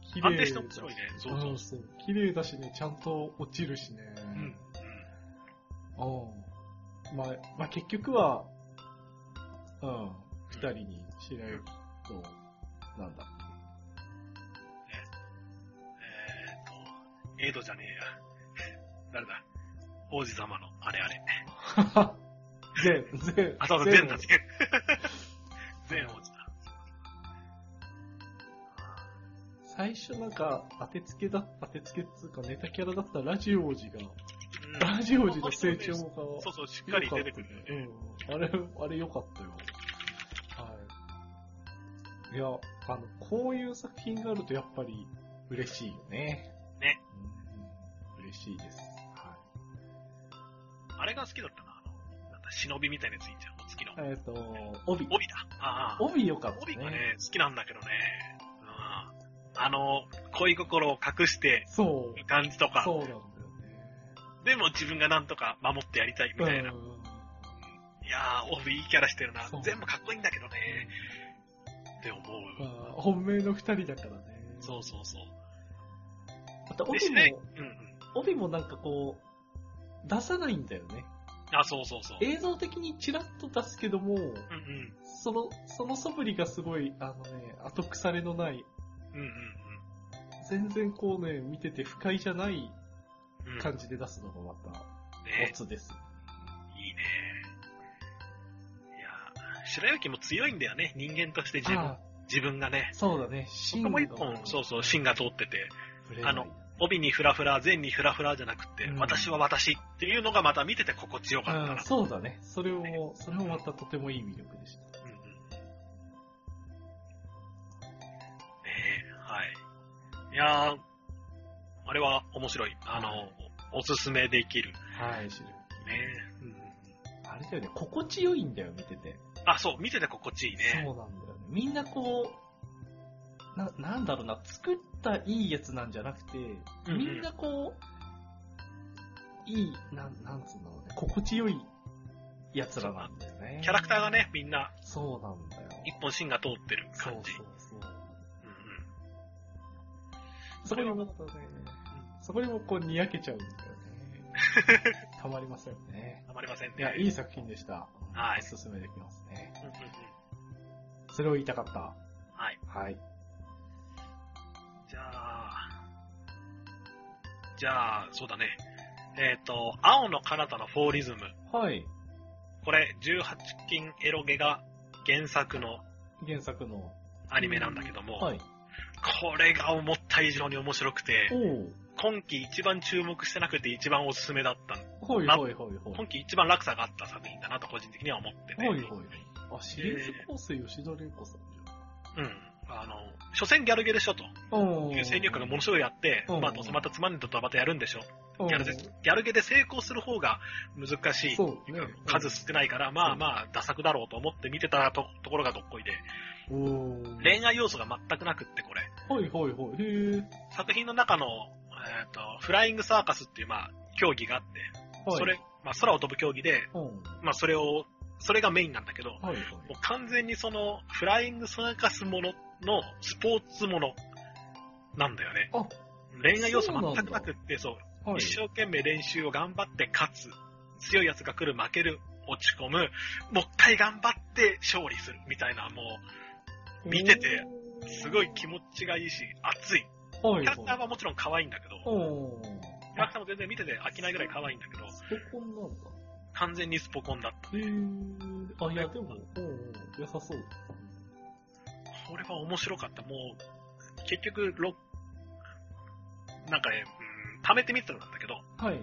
Speaker 1: 綺麗だし。。
Speaker 2: 安定して面白いね。そうそううん
Speaker 1: そう。綺麗だしね、ちゃんと落ちるしね。
Speaker 2: うん。
Speaker 1: うん。まあ、まあ、結局は、うん。二人に白雪と、なんだ。
Speaker 2: えーっと、エイドじゃねえや。誰だ王子様の、あれあれ。
Speaker 1: 全、全、
Speaker 2: あ、そうだ、
Speaker 1: 全
Speaker 2: 全
Speaker 1: 部
Speaker 2: だ、全。 全王子だ。
Speaker 1: 最初なんか、当てつけだ、当てつけっつうかネタキャラだったラジオ王子が、
Speaker 2: うん
Speaker 1: ラジオ王子の成長
Speaker 2: そ
Speaker 1: が、
Speaker 2: うそう、しっかり出てくるんだよね。
Speaker 1: ね。うん。あれ、あれ良かったよ。はい。いや、あの、こういう作品があるとやっぱり嬉しいよね。
Speaker 2: ね。
Speaker 1: うん、嬉しいです。は
Speaker 2: あれが好きだったな、あの、なんだ、忍びみたいなやついいじゃん、お月の。
Speaker 1: い。えっ、と、帯。
Speaker 2: 帯だ。ああ。
Speaker 1: 帯良かったね。
Speaker 2: 帯がね、好きなんだけどね。うんあの、恋心を隠して
Speaker 1: そう。
Speaker 2: る感じとか、
Speaker 1: そうなんだよ
Speaker 2: でも自分がなんとか守ってやりたいみたい
Speaker 1: ね。
Speaker 2: な。
Speaker 1: うん
Speaker 2: いやー、オフいいキャラしてるな
Speaker 1: そう。
Speaker 2: 全部かっこいいんだけどね。って思
Speaker 1: まあ、
Speaker 2: う。
Speaker 1: 本命の二人だからね。
Speaker 2: そうそうそう。
Speaker 1: あと
Speaker 2: で
Speaker 1: 帯
Speaker 2: しね
Speaker 1: も、
Speaker 2: うんうん。
Speaker 1: 帯もなんかこう、出さないんだよね。
Speaker 2: あ、そうそうそう。
Speaker 1: 映像的にチラッと出すけども、
Speaker 2: うんうん。
Speaker 1: その、その素振りがすごい、あのね、後腐れのない、
Speaker 2: うんうん
Speaker 1: 全然こうね、見てて不快じゃない
Speaker 2: うん。うん、
Speaker 1: 感じで出すのがまた、
Speaker 2: ね
Speaker 1: オ。ツです。
Speaker 2: いいね。いやー白雪も強いんだよね。人間として自分
Speaker 1: あ
Speaker 2: 自分がね
Speaker 1: あ、。そうだね、芯
Speaker 2: ここも一本、そうそう、芯が通ってて。
Speaker 1: ぶれない
Speaker 2: あの帯にフラフラ、前にフラフラじゃなくて、
Speaker 1: うん
Speaker 2: 私は私っていうのがまた見てて心地よかった
Speaker 1: ああ
Speaker 2: な。
Speaker 1: そうだね、それを、それもまたとてもいい魅力でした。
Speaker 2: うんうんねえ、はい。いやー、あれは面白い。あの、おすすめできる。ね
Speaker 1: はい、知る。
Speaker 2: え、うん
Speaker 1: あれだよね、心地よいんだよ、見てて。
Speaker 2: あ、そう、見てて心地いい
Speaker 1: そうなん
Speaker 2: ね。
Speaker 1: だよね。みんなこう、な、なんだろうな、作ったいいやつなんじゃなくて、
Speaker 2: うん
Speaker 1: みんなこう、いい、なん、なんつうんだろうね、心地よいやつらなんだよね。
Speaker 2: キャラクターがね、みんな
Speaker 1: そうなんだよ。
Speaker 2: 一本芯が通ってる
Speaker 1: そう
Speaker 2: 感じ。
Speaker 1: そうそう。
Speaker 2: うんうん
Speaker 1: そこにも、ね、そこにもこう、にやけちゃうん だよね。たまりませんね。
Speaker 2: たまりません
Speaker 1: いや、
Speaker 2: ね。
Speaker 1: いい作品でした。
Speaker 2: はい
Speaker 1: おすすめできますね。
Speaker 2: うんうんうん
Speaker 1: それを言いたかった。
Speaker 2: はい。
Speaker 1: はい。
Speaker 2: じゃあ、じゃあ、そうだね。えっ、と、青の彼方のフォーリズム。
Speaker 1: はい。
Speaker 2: これ、18禁エロゲが原作の
Speaker 1: 原作の。
Speaker 2: アニメなんだけども、
Speaker 1: はい。
Speaker 2: これが思った以上に面白くて、
Speaker 1: おう
Speaker 2: 今季一番注目してなくて一番おすすめだった。
Speaker 1: はいはいはいはい。
Speaker 2: 今季一番落差があった作品だなと個人的には思ってて。
Speaker 1: はいはい。あ、シリーズ構成吉田玲子さんじ
Speaker 2: うん。あの、所詮ギャルゲでしょと
Speaker 1: ゃん。
Speaker 2: いう戦略がものすごいあって、
Speaker 1: うん
Speaker 2: まあどうせまたつまんねえとまたやるんでしょ。
Speaker 1: ご
Speaker 2: ギャルゲギャルゲで成功する方が難しい
Speaker 1: そうね。
Speaker 2: 数少ないから、まあまあ、打作だろうと思って見てたとところがどっこいで、
Speaker 1: うん。
Speaker 2: 恋愛要素が全くなくって、これ。
Speaker 1: はいはいはい。へえ。
Speaker 2: 作品の中の、えっ、と、フライングサーカスっていう、まあ、競技があって、
Speaker 1: はい。
Speaker 2: それ、まあ、空を飛ぶ競技で、
Speaker 1: うん。はい
Speaker 2: まあ、それを、それがメインなんだけど、も
Speaker 1: はい。
Speaker 2: う完全にその、フライングサーカスもののスポーツものなんだよね。
Speaker 1: あ、
Speaker 2: 恋愛要素
Speaker 1: そうなんだ
Speaker 2: 全くなくって、そう、
Speaker 1: はい。
Speaker 2: 一生懸命練習を頑張って勝つ。強い奴が来る、負ける、落ち込む。もう一回頑張って勝利する。みたいな、も見ててう、すごい気持ちがいいし、熱い。
Speaker 1: おー。はい
Speaker 2: キャラクター
Speaker 1: は
Speaker 2: はもちろん可愛いんだけど、
Speaker 1: い。おー。
Speaker 2: キャラクターも全然見てて飽きないぐらい可愛いんだけど、
Speaker 1: スポコンなんだ。
Speaker 2: 完全にスポコンだった。
Speaker 1: へえ。あ、いやでも、おーおー良さそうですね。
Speaker 2: これは面白かった。もう、結局、ろなんかね、うん溜めてみてたんだけど、
Speaker 1: はい。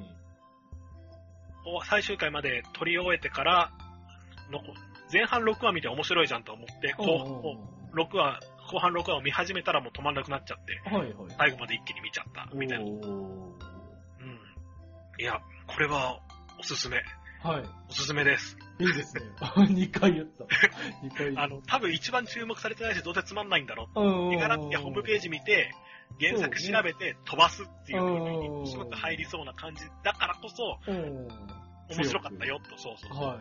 Speaker 2: お最終回まで撮り終えてから、の前半6話見て面白いじゃんと思って、後半
Speaker 1: おー
Speaker 2: もう6話、後半6話を見始めたらもう止まんなくなっちゃって、
Speaker 1: はいはい。
Speaker 2: 最後まで一気に見ちゃった、みたいな。うん。
Speaker 1: おー
Speaker 2: いや、これは、おすすめ。
Speaker 1: はい。
Speaker 2: おすすめです。
Speaker 1: いいですね。2回 やった。2回。
Speaker 2: あの、多分一番注目されてないし、どうせつまんないんだろう
Speaker 1: うん、
Speaker 2: 手柄ってホームページ見て、原作調べて飛ばすっていうのにすごく入りそうな感じだからこそ、
Speaker 1: うん。
Speaker 2: 面白かったよと、そうそうそう。
Speaker 1: はい。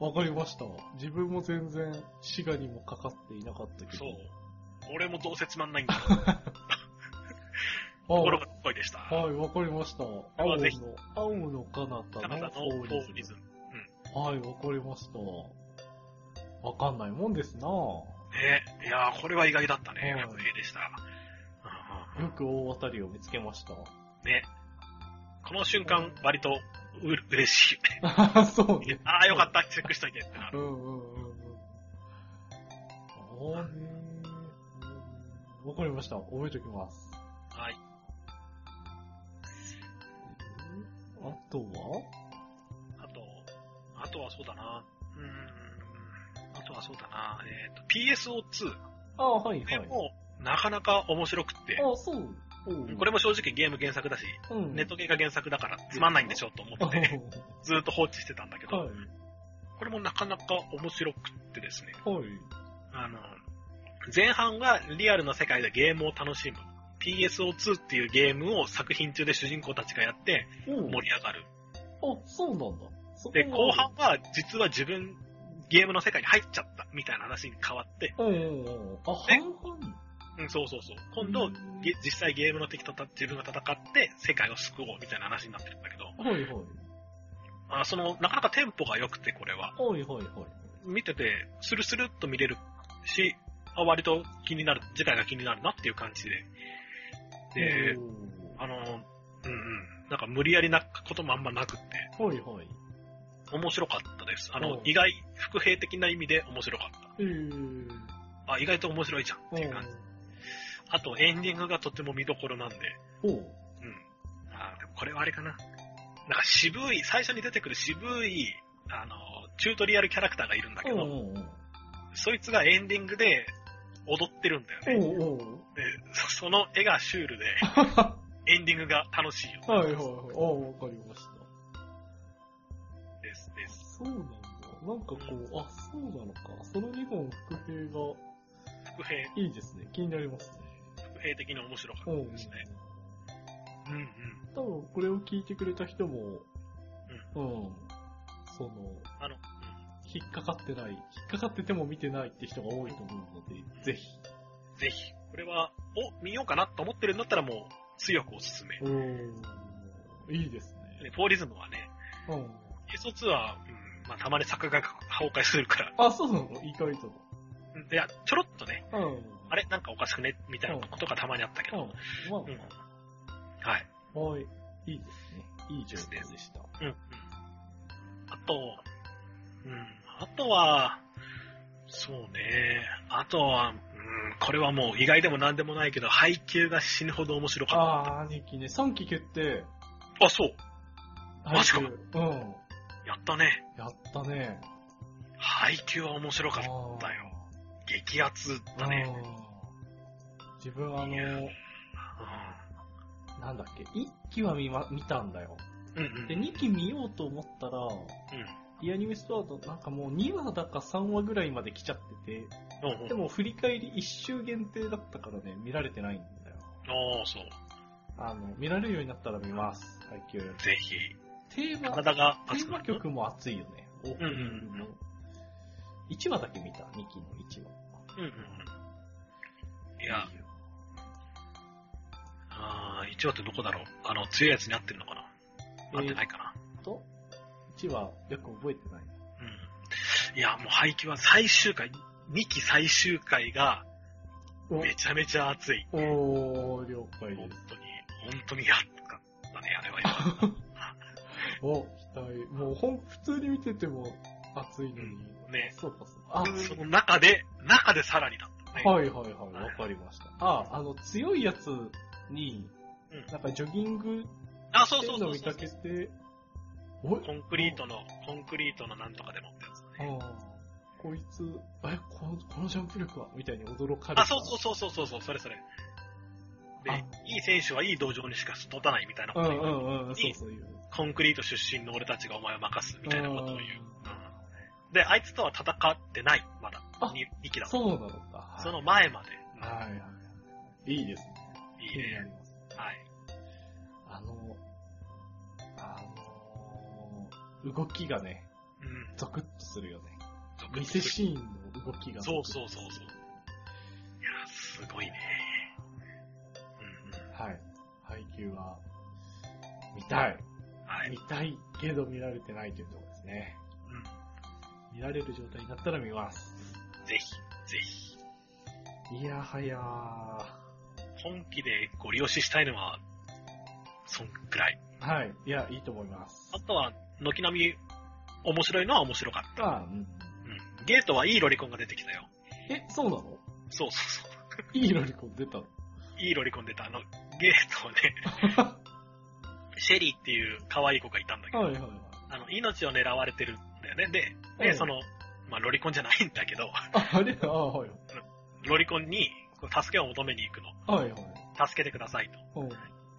Speaker 1: わかりました。自分も全然、滋賀にもかかっていなかったけど。
Speaker 2: そう。俺もどうせつまんないんだろう。心がすごいでした。
Speaker 1: あはい、わかりました。青の
Speaker 2: はぜひ、
Speaker 1: 青の彼方
Speaker 2: カナダの
Speaker 1: のフ
Speaker 2: フ
Speaker 1: ォ
Speaker 2: ォ
Speaker 1: ー
Speaker 2: ー
Speaker 1: リ
Speaker 2: リ
Speaker 1: ズ
Speaker 2: ズ
Speaker 1: ム
Speaker 2: ム。
Speaker 1: はい、わかりました。わかんないもんですなよ
Speaker 2: ね、いやーこれは意外だったね。
Speaker 1: はい
Speaker 2: 学兵でした。うんうんうん
Speaker 1: く大当たりを見つけました。
Speaker 2: ね。この瞬間、割とう嬉しい。
Speaker 1: ああ、そう ね。
Speaker 2: ああ、よかった、チェックしといてってな
Speaker 1: う
Speaker 2: る。
Speaker 1: んうんうんうん。ああねーわかりました。覚えておきます。
Speaker 2: はい。
Speaker 1: あとは
Speaker 2: あと、あとはそうだな。うーん。あとはそうだな。えっ、と、PSO2。
Speaker 1: ああ、はい
Speaker 2: こ
Speaker 1: はい
Speaker 2: れ。も、なかなか面白くって。
Speaker 1: ああ、そう。おう
Speaker 2: これも正直ゲーム原作だし、
Speaker 1: うん
Speaker 2: ネットゲーが原作だからつまんないんでしょうと思
Speaker 1: あ
Speaker 2: っ
Speaker 1: はい
Speaker 2: て、ずーっと放置してたんだけど、
Speaker 1: は
Speaker 2: これもなかなか面白くってですね、
Speaker 1: い。
Speaker 2: あの、前半はリアルな世界でゲームを楽しむ。PSO2 っていうゲームを作品中で主人公たちがやって
Speaker 1: おう
Speaker 2: 盛り上がる。
Speaker 1: あ、そうなんだ。そこ
Speaker 2: で、
Speaker 1: が
Speaker 2: 後半は実は自分ゲームの世界に入っちゃったみたいな話に変わって、
Speaker 1: うんうんうん。あ、半々。
Speaker 2: うん、そうそうそう。今度、
Speaker 1: うん
Speaker 2: げ実際ゲームの敵とた自分が戦って世界を救おうみたいな話になってるんだけど、
Speaker 1: はいはい。
Speaker 2: あその、なかなかテンポが良くて、これは。
Speaker 1: はいはいはい。
Speaker 2: 見てて、スルスルっと見れるし、あ割と気になる、次回が気になるなっていう感じで。で、
Speaker 1: おう
Speaker 2: あの、うんうん。なんか無理やりなこともあんまなくって、
Speaker 1: はいはい。
Speaker 2: 面白かったです。あ
Speaker 1: うん
Speaker 2: の、意外、副兵的な意味で面白かっ
Speaker 1: えー。
Speaker 2: た。あ、意外と面白いじゃんっていう感じ。あと、エンディングがとても見どころなんで、
Speaker 1: おう
Speaker 2: うん。あーでもこれはあれかな。なんか渋い、最初に出てくる渋い、あの、チュートリアルキャラクターがいるんだけ
Speaker 1: おう
Speaker 2: ど、
Speaker 1: んうん
Speaker 2: そいつがエンディングで踊ってるんだよね。
Speaker 1: うん。おうおう。
Speaker 2: でそその絵がシ ュールで、エンディングが楽しいよ。
Speaker 1: はいはいはい。ああ、わかりました。
Speaker 2: です、です。
Speaker 1: そうなんだ。なんかこう、あ、そうなのか。その2本副兵が
Speaker 2: 副兵、
Speaker 1: いいですね。気になりますね。
Speaker 2: 副兵的に面白かっ
Speaker 1: う
Speaker 2: た
Speaker 1: ん
Speaker 2: ですね。。うんうん。
Speaker 1: 多分これを聞いてくれた人も、うん。その、
Speaker 2: あの、
Speaker 1: 引っかかってない、引っかかってても見てないって人が多いと思うので、ぜひ。
Speaker 2: うん、ぜひ、これは、お、見ようかなと思ってるんだったらもう、強くおすすめ。
Speaker 1: うん。いいですね。
Speaker 2: でフォーリズムはね、
Speaker 1: うん。
Speaker 2: S2 は、うん、まあ、たまに作画が崩壊するから、
Speaker 1: あ、そうなの意外と。
Speaker 2: うんいや、ちょろっとね、
Speaker 1: うん。
Speaker 2: あれなんかおかしくねみたいなことがたまにあったけ
Speaker 1: うん。
Speaker 2: ど、
Speaker 1: ま
Speaker 2: うん。はい。
Speaker 1: あ、はい。いいですね。いい情報でした。
Speaker 2: うんうんあと、うん、あとは、そうね、あとは、うん、これはもう意外でも何でもないけど、配給が死ぬほど面白かっ
Speaker 1: あー、兄貴ね、3期決定。
Speaker 2: た。あ、そう、マジか
Speaker 1: 配給うん。
Speaker 2: やったね。
Speaker 1: やったね。
Speaker 2: 配給は面白か
Speaker 1: あ
Speaker 2: っ
Speaker 1: ー
Speaker 2: たよ。激アツだね。
Speaker 1: うん自分あ
Speaker 2: いや
Speaker 1: の、なんだっけ、1期は見,、ま、見たんだよ。
Speaker 2: うん、うんうん。
Speaker 1: で、2期見ようと思ったら、リアニメストアとなんかもう2話だか3話ぐらいまで来ちゃってて、
Speaker 2: うん。うん、
Speaker 1: でも振り返り1周限定だったからね、見られてないんだよ。
Speaker 2: ああ、そう。
Speaker 1: あの、見られるようになったら見ます、配給。
Speaker 2: ぜひ、
Speaker 1: テーマ、テ
Speaker 2: 体が熱
Speaker 1: ー
Speaker 2: くな
Speaker 1: マ
Speaker 2: る。
Speaker 1: 曲も熱いよね、オープニング
Speaker 2: うんうんう
Speaker 1: の。1話だけ見た、2期の1話。
Speaker 2: うんうんうん。いや、
Speaker 1: いいよ
Speaker 2: ああ、一話ってどこだろうあの、強いやつに合ってるのかな合ってないかな、
Speaker 1: と、1話よく覚えてないな。
Speaker 2: うんいや、もう廃棄は最終回、2期最終回がめちゃめちゃ熱い。
Speaker 1: おー、了解
Speaker 2: 本
Speaker 1: です。
Speaker 2: 当に、本当にやっかったね、あれはよかった。
Speaker 1: お、期待。もうほん、普通に見てても熱いのに。
Speaker 2: ね
Speaker 1: そうかそうか。あ、
Speaker 2: その中で、中でさらにだったね。
Speaker 1: はいはいはい、わかりました。あ、あの、強いやつに、
Speaker 2: うん
Speaker 1: なんかジョギング
Speaker 2: あ、そう
Speaker 1: して
Speaker 2: そう
Speaker 1: る
Speaker 2: そ
Speaker 1: の
Speaker 2: う
Speaker 1: 見
Speaker 2: そ
Speaker 1: か
Speaker 2: う
Speaker 1: けて、おい
Speaker 2: コンクリートの、コンクリートのなんとかで持ったやつだね。
Speaker 1: あーこいつ、え、この、このジャンプ力はみたいに驚かれた。
Speaker 2: あ、そうそうそうそうそうそう、それそれ。で
Speaker 1: あ、
Speaker 2: いい選手はいい道場にしか育たないみたいなこ
Speaker 1: ん
Speaker 2: と
Speaker 1: う
Speaker 2: 言う、
Speaker 1: んうん、そうそういう。
Speaker 2: コンクリート出身の俺たちがお前を任すみたいなことを言う。
Speaker 1: あ
Speaker 2: うんで、あいつとは戦ってない、まだ。
Speaker 1: あ
Speaker 2: に2期だもん
Speaker 1: そうなのか。
Speaker 2: その前まで。
Speaker 1: はいはいはい。いいですね。
Speaker 2: いい
Speaker 1: 気にな
Speaker 2: ね。
Speaker 1: ります。
Speaker 2: はい。
Speaker 1: あの、あの、動きがね、
Speaker 2: うん。
Speaker 1: ゾクッとするよね。
Speaker 2: 続
Speaker 1: 偽シーンの動きが。
Speaker 2: そうそうそうそう。いや、すごいね。うんうん。
Speaker 1: はい。配給は、見たい。
Speaker 2: はい。
Speaker 1: 見たいけど見られてないというところですね。
Speaker 2: うん
Speaker 1: 見られる状態になったら見ます。
Speaker 2: ぜひ、ぜひ。
Speaker 1: いやはやー。
Speaker 2: 本気でご利用ししたいのは、そんくらい。
Speaker 1: はい。いや、いいと思います
Speaker 2: あ。とは、軒並み、面白いのは面白かっ
Speaker 1: あ、
Speaker 2: た。
Speaker 1: うん。
Speaker 2: うん。ゲートはいいロリコンが出てきたよ。
Speaker 1: え、そうなの
Speaker 2: そうそうそ
Speaker 1: いいロリコン出たの
Speaker 2: う。いいロリコン出た。あの、ゲートをね、 シェリーっていう可愛い子がいたんだけど、
Speaker 1: はいはいはい。
Speaker 2: あの、命を狙われてるんだよね。で、
Speaker 1: う
Speaker 2: で、
Speaker 1: ん
Speaker 2: その、まあ、ロリコンじゃないんだけど、
Speaker 1: あ、あれあ、はい。
Speaker 2: ロリコンに、こう助けを求めに行くの。
Speaker 1: はいはい。
Speaker 2: 助けてくださいと。
Speaker 1: うん。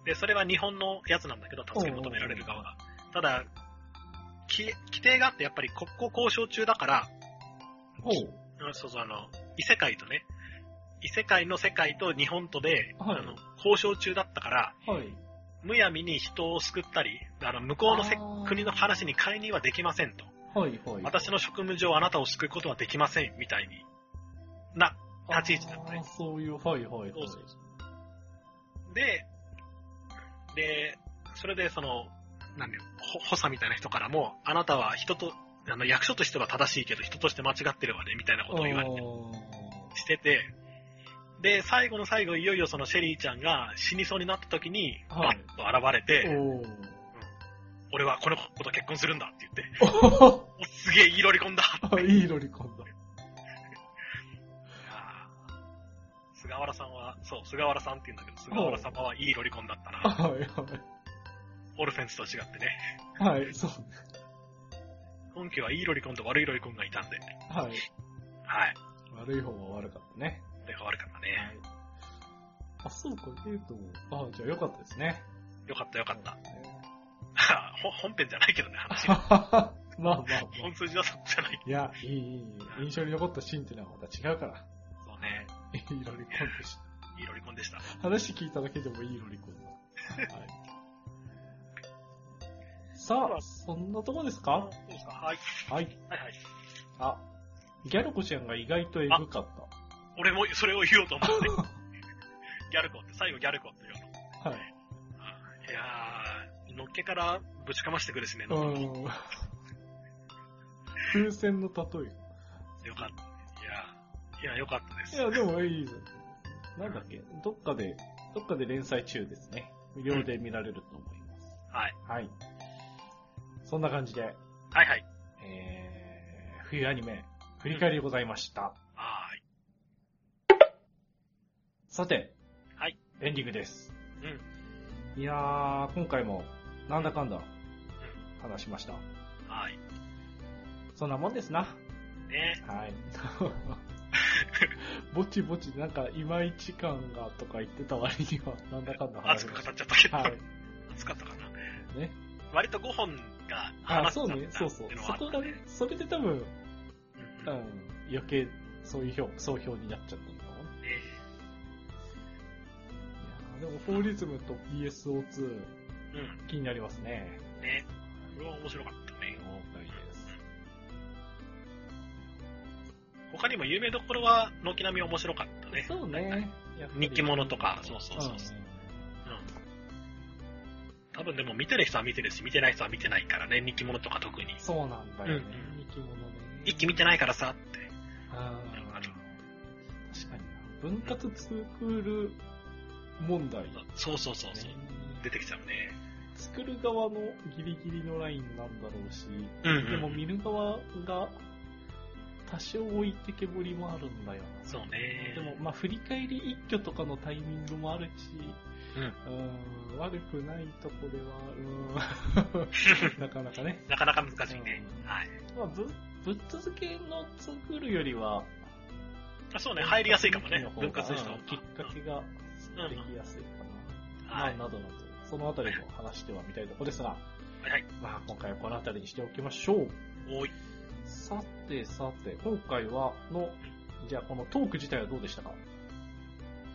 Speaker 2: で、それは日本のやつなんだけど、助け求められる側が。ただ、き規定があって、やっぱり国交交渉中だから、
Speaker 1: ほう。
Speaker 2: うんそうそう、あの、異世界とね、異世界の世界と日本とで、
Speaker 1: はい
Speaker 2: あの、交渉中だったから、
Speaker 1: はい。
Speaker 2: むやみに人を救ったり、あの、向こうのせ
Speaker 1: あー
Speaker 2: 国の話に介入はできませんと。
Speaker 1: はいはい。
Speaker 2: 私の職務上あなたを救うことはできません、みたいに。な、立ち位置だったね
Speaker 1: あーそういう、はいはいはい。
Speaker 2: そうそうで、で、それでその、なんだよ、ほ補佐みたいな人からも、あなたは人と、あの、役所としては正しいけど、人として間違ってるわね、みたいなことを言われて、してて、で、最後の最後、いよいよそのシェリーちゃんが死にそうになった時に、
Speaker 1: は
Speaker 2: バ
Speaker 1: い
Speaker 2: ッと現れて、うん
Speaker 1: おー
Speaker 2: 俺はこの子と結婚するんだって言って、
Speaker 1: おー
Speaker 2: おすげえいいロリコンだ
Speaker 1: あいいロリコンだ。
Speaker 2: あー菅原さんは、そう、菅原さんって言うんだけど、菅原様はいいロリコンだったな。
Speaker 1: はい
Speaker 2: オルフェンスと違ってね。
Speaker 1: はい。はい、そう。
Speaker 2: 本家はいいロリコンと悪いロリコンがいたんで。
Speaker 1: はい。
Speaker 2: はい。
Speaker 1: 悪い方が悪かったね。
Speaker 2: それが悪かった
Speaker 1: い。
Speaker 2: ね。
Speaker 1: あ、そうか、ゲート。あ、じゃあよかったですね。
Speaker 2: よかったよかった。
Speaker 1: た。
Speaker 2: ほ本編じゃないけどね、話。
Speaker 1: まあまあまあ。
Speaker 2: 本筋はそっちじゃない。
Speaker 1: いや、いい、いい。印象に残ったシーンっていうのはまた違うから。
Speaker 2: そうね。
Speaker 1: いいロリコンでし
Speaker 2: いいロリコンでした。
Speaker 1: た。話聞いただけでもいいロリコンだ。はい。さあ、そんなとこですか
Speaker 2: そうですか。はい。
Speaker 1: はい。
Speaker 2: はいはい。
Speaker 1: あ、ギャルコちゃんが意外とエグかっ
Speaker 2: 俺もそれを言おうと思 って。ギャルコって、最後ギャルコって言うの。
Speaker 1: た。はい。
Speaker 2: いやー、のっけからぶちかましてくるしね、のっけ
Speaker 1: うん。風船の例え。
Speaker 2: よかった。いやー、いや、よかったです。
Speaker 1: いや、でもいいです。なんだっけ、どっかで、どっかで連載中ですね。無料で見られると思います。
Speaker 2: はい。
Speaker 1: はい。そんな感じで、
Speaker 2: はいはい。
Speaker 1: えー、冬アニメ、振り返りでございました。
Speaker 2: はーい。
Speaker 1: さて、
Speaker 2: はい。
Speaker 1: エンディングです。
Speaker 2: う
Speaker 1: い
Speaker 2: ん。
Speaker 1: やー、今回も、なんだかんだ、話しました。
Speaker 2: はい。
Speaker 1: そんなもんですな。
Speaker 2: ね。
Speaker 1: はい。 ぼちぼち、なんか、いまいち感がとか言ってた割には、なんだかんだ話し
Speaker 2: 熱く
Speaker 1: ま
Speaker 2: 語っ
Speaker 1: し
Speaker 2: ちゃったけ
Speaker 1: た。
Speaker 2: ど、
Speaker 1: はい。
Speaker 2: 熱かったかな。
Speaker 1: ね。
Speaker 2: 割と5本が
Speaker 1: あ、
Speaker 2: 話
Speaker 1: そうね、
Speaker 2: せた
Speaker 1: そ
Speaker 2: っ
Speaker 1: うそう
Speaker 2: てい。の
Speaker 1: そ
Speaker 2: はあった
Speaker 1: こがね、それで多分、
Speaker 2: うん
Speaker 1: う
Speaker 2: う
Speaker 1: ん、
Speaker 2: ん
Speaker 1: 余計、そういう表、総評になっちゃったのかもね。
Speaker 2: ね
Speaker 1: いやーでも、フォーリズムと PSO2、
Speaker 2: う
Speaker 1: 気になりますね。
Speaker 2: ん。ね。これは面白かったね。他にも有名どころは、軒並み面白かったね。
Speaker 1: そう
Speaker 2: はいはい
Speaker 1: ね。
Speaker 2: 日記物とか、そうそう
Speaker 1: う
Speaker 2: そ
Speaker 1: ん
Speaker 2: うそう。多分でも見てる人は見てるし、見てない人は見てないからね、日記物とか特に。
Speaker 1: そうなんだよね
Speaker 2: うん。
Speaker 1: 日記物ね。
Speaker 2: 一気見てないからさって。
Speaker 1: あー
Speaker 2: ある
Speaker 1: 確かにな。分割ツークール問題。
Speaker 2: そうそうそうそう。出
Speaker 1: ね
Speaker 2: てきちゃうね。
Speaker 1: 作る側のギリギリのラインなんだろうし、
Speaker 2: うん、
Speaker 1: でも見る側が多少置いてけぼりもあるんだよな。
Speaker 2: そうね。
Speaker 1: でも、まあ、振り返り一挙とかのタイミングもあるし、うん、悪くないとこでは、 うん、なかなかね。
Speaker 2: なかなか難しいね。
Speaker 1: うん
Speaker 2: はい。
Speaker 1: まあ、ぶ、ぶっ続けのツークールよりは、
Speaker 2: あそうね、入りやすいかもね
Speaker 1: の。方が
Speaker 2: 分割でした
Speaker 1: うんきっかけができやすいかな。
Speaker 2: はい
Speaker 1: まあ、などなど、そのあたりも話してはみたいところですが、
Speaker 2: はいはい。
Speaker 1: まあ、今回はこのあたりにしておきましょう。
Speaker 2: おい。
Speaker 1: さてさて、今回はの、じゃあこのトーク自体はどうでしたか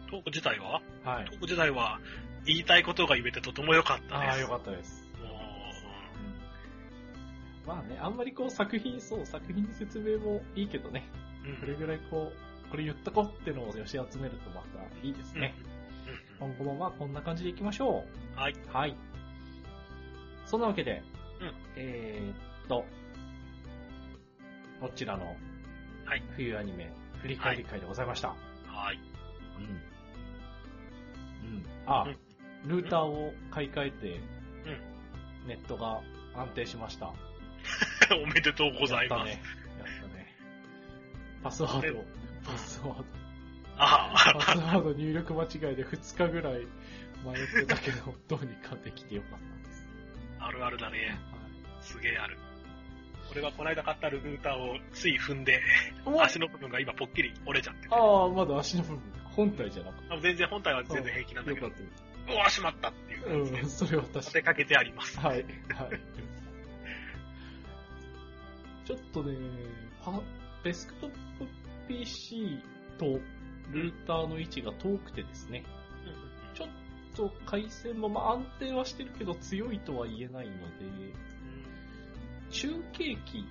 Speaker 2: トーク自体は
Speaker 1: は
Speaker 2: ト
Speaker 1: い。
Speaker 2: ーク自体は、言いたいことが言えてとても良かったです。
Speaker 1: ああ、よかったです。
Speaker 2: もう
Speaker 1: まあね、あんまりこう作品、そう、作品の説明もいいけどね、
Speaker 2: うん
Speaker 1: これぐらいこう、これ言ったこってのを寄せ集めるとまたいいですね。
Speaker 2: うんうん
Speaker 1: 今後もまあこんな感じでいきましょ
Speaker 2: はい。
Speaker 1: う。はい。そんなわけで、
Speaker 2: うん
Speaker 1: えーっと、おこちらの
Speaker 2: はい
Speaker 1: 冬アニメ振り返り会でございました。
Speaker 2: はい。
Speaker 1: うん。うん。あ
Speaker 2: うん、
Speaker 1: ルーターを買い替えて、ネットが安定しました。
Speaker 2: おめでとうござ
Speaker 1: や
Speaker 2: い
Speaker 1: った
Speaker 2: ま
Speaker 1: ね
Speaker 2: す。。
Speaker 1: やったね。パスワード
Speaker 2: え、
Speaker 1: パスワード、
Speaker 2: あ
Speaker 1: パスワード入力間違いで2日ぐらい迷ってたけ ど、どうにかできてよかったです。
Speaker 2: あ、あるあるだね。
Speaker 1: は
Speaker 2: すげえある。俺はこの間買ったルーターをつい踏んで、
Speaker 1: い
Speaker 2: 足の部分が今ぽっきり折れちゃってて。
Speaker 1: ああ、まだ足の部分、本体じゃなくて。
Speaker 2: あ全然本体は全然平気なんだ
Speaker 1: よ
Speaker 2: け
Speaker 1: か
Speaker 2: ど
Speaker 1: っ、た
Speaker 2: うわ、しまったっていう
Speaker 1: で
Speaker 2: 感
Speaker 1: す
Speaker 2: じで
Speaker 1: う、ん、それは確
Speaker 2: 立
Speaker 1: か
Speaker 2: てかけてあります。
Speaker 1: に。はい、はい。ちょっとね、パデスクトップ PC とルーターの位置が遠くてですね、ちょっと回線も、まあ、安定はしてるけど強いとは言えないので、
Speaker 2: うん
Speaker 1: 中継機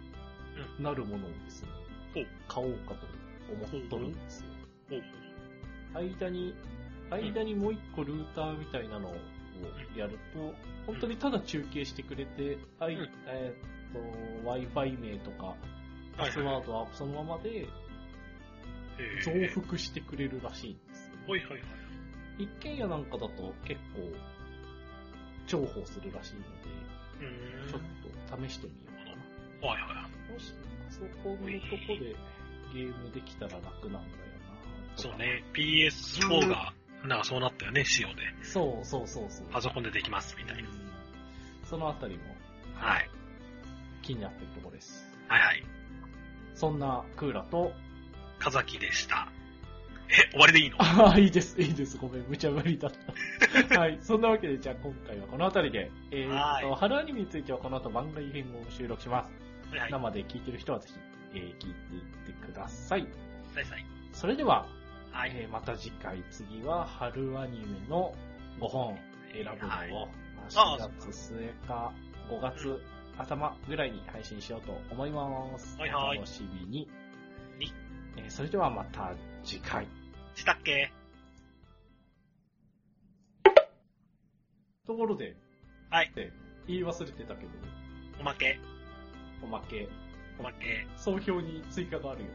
Speaker 1: なるものをですね、
Speaker 2: うん
Speaker 1: 買おうかと思っとるんですよ。
Speaker 2: ほう
Speaker 1: 間に、間にもう一個ルーターみたいなのをやると、本当にただ中継してくれて、あい
Speaker 2: うん
Speaker 1: えーっと、Wi-Fi 名とか、パスワードはそのままで
Speaker 2: へー
Speaker 1: 増幅してくれるらしいんですよ。
Speaker 2: ほいほいほい。
Speaker 1: 一軒家なんかだと結構重宝するらしいの
Speaker 2: うーん
Speaker 1: で、ちょっと試してみようかな。
Speaker 2: はいはいはい。
Speaker 1: もし、パソコンのとこでゲームできたら楽なんだよな。
Speaker 2: そう。ね、PS4 が、なんかそうなったよね、仕様で。
Speaker 1: そうそうそうそう。
Speaker 2: パソコンでできますみたいな。
Speaker 1: そのあたりも
Speaker 2: はい。
Speaker 1: 気になってるところです。
Speaker 2: はいはい。
Speaker 1: そんなクーラと、
Speaker 2: かざきでした。え、終わりでいいの
Speaker 1: あ あ、いいです、いいです、ごめん、無茶ぶりだ った。はい、そんなわけで、じゃあ今回はこのあたりで、えー、と、
Speaker 2: は
Speaker 1: 春アニメについてはこの後番外編を収録します。
Speaker 2: はいはい。
Speaker 1: 生で聞いてる人はぜひ、えー聞いていってください。
Speaker 2: はいはい
Speaker 1: それでは、
Speaker 2: はい。
Speaker 1: えーまた次回、次は春アニメの5本選ぶのを、
Speaker 2: ああ
Speaker 1: 4月末か5月頭ぐらいに配信しようと思います。
Speaker 2: はいはい
Speaker 1: お楽しみに。
Speaker 2: に
Speaker 1: えーそれではまた次回。
Speaker 2: したっけ
Speaker 1: ところで、
Speaker 2: はい
Speaker 1: で言い忘れてたけど、
Speaker 2: おまけ。
Speaker 1: おまけ、
Speaker 2: おまけ。
Speaker 1: 総評に追加があるよ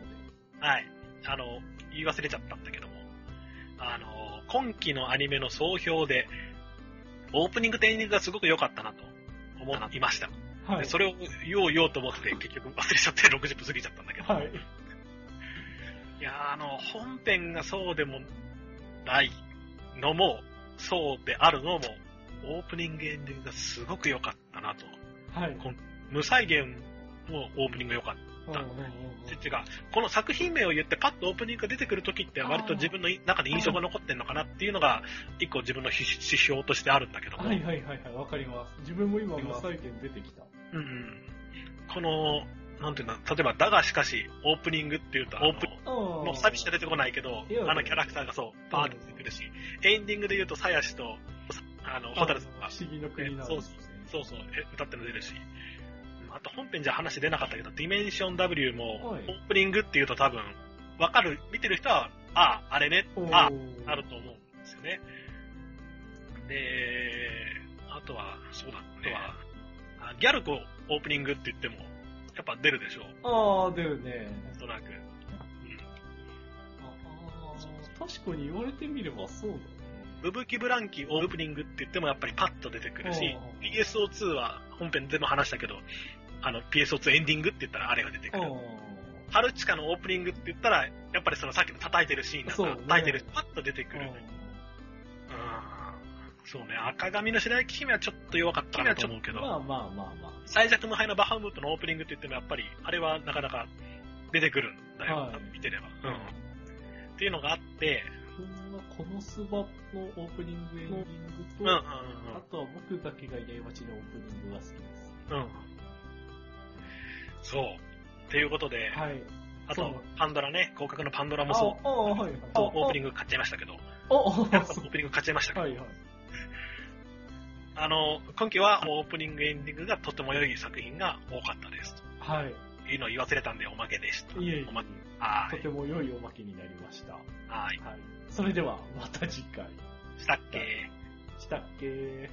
Speaker 2: はい。あの、言い忘れちゃったんだけども。あの、今期のアニメの総評で、オープニングとエンディングがすごく良かったなと思いました。
Speaker 1: うで。は
Speaker 2: でそれを言おう言おうと思って結局忘れちゃって60分過ぎちゃったんだけど。
Speaker 1: はい。
Speaker 2: いやーあの、本編がそうでもないのも、そうであるのも、オープニングエンディングがすごく良かったなと。
Speaker 1: はい。
Speaker 2: 無再現もオープニング良かっ
Speaker 1: うんうんうんうん
Speaker 2: た。てか、この作品名を言ってパッとオープニングが出てくるときって割と自分の中で印象が残ってんのかなっていうのが、一個自分の指標としてあるんだけども、
Speaker 1: はいはいはいはい、わかります。自分も今、無再現出てきた。
Speaker 2: うんうんこの、なんていうんだ、例えば、だがしかし、オープニングっていうと、オープニング
Speaker 1: も
Speaker 2: のサビしか出てこないけど
Speaker 1: いや、
Speaker 2: あのキャラクターがそう、バーって出てくるし、エンディングで言うと、鞘師と、あの、ホタルさんが、
Speaker 1: 不思議の国なんですね。
Speaker 2: そうそう、え歌ってるの出るし、あと本編じゃ話出なかったけど、ディメンション W も、オ
Speaker 1: はい
Speaker 2: ープニングっていうと多分、わかる、見てる人は、ああ、あれね、
Speaker 1: おー
Speaker 2: ああ、あると思うんですよね。で、あとは、そうだ、あとは、あギャルコオープニングって言っても、やっぱ出るでしょう、
Speaker 1: ああ、だよね。
Speaker 2: なんとなく。うん
Speaker 1: あー確かに言われてみればそうだね。
Speaker 2: ブブキブランキオープニングって言ってもやっぱりパッと出てくるし
Speaker 1: うん、
Speaker 2: PSO2 は本編でも話したけど、あの PSO2 エンディングって言ったらあれが出てくる。
Speaker 1: あ
Speaker 2: ハルチカのオープニングって言ったら、やっぱりそのさっきの叩いてるシーンなんか、
Speaker 1: そうね
Speaker 2: 叩いてる、パッと出てく
Speaker 1: ー
Speaker 2: る。うん
Speaker 1: あ
Speaker 2: そうね、赤髪の白雪姫はちょっと弱かったかなと思うけ
Speaker 1: ー
Speaker 2: ど、
Speaker 1: まあまあまあま
Speaker 2: 最弱無敗のバハムートのオープニングって言ってもやっぱり、あれはなかなか出てくるんだよ、
Speaker 1: はい
Speaker 2: 見てれば、
Speaker 1: あ。
Speaker 2: うん。っていうのがあって、
Speaker 1: 自分はこのスバのオープニング、エンディン
Speaker 2: う
Speaker 1: グ
Speaker 2: んう
Speaker 1: と、
Speaker 2: んうん
Speaker 1: あとは僕だけがいない街のオープニングが好きです。
Speaker 2: うん。そう。っていうことで、
Speaker 1: はい。
Speaker 2: あ
Speaker 1: そう
Speaker 2: と、パンドラね、広角のパンドラもそう、
Speaker 1: ああ、はい。
Speaker 2: そうオープニン
Speaker 1: ング。
Speaker 2: グ買っちゃいましたけど、
Speaker 1: ああ、
Speaker 2: なんか
Speaker 1: そ
Speaker 2: オープニング買っちゃいまし
Speaker 1: う
Speaker 2: たけど、
Speaker 1: はいはい。
Speaker 2: あの、今期はオープニングエンディングがとても良い作品が多かったです。
Speaker 1: はい。
Speaker 2: というのを言わせれたんでおまけでした。
Speaker 1: いえい
Speaker 2: おま
Speaker 1: え、
Speaker 2: は
Speaker 1: と
Speaker 2: い。
Speaker 1: ても良いおまけになりました。は
Speaker 2: はい。
Speaker 1: い。それでは、また次回。
Speaker 2: したっけ
Speaker 1: したっけ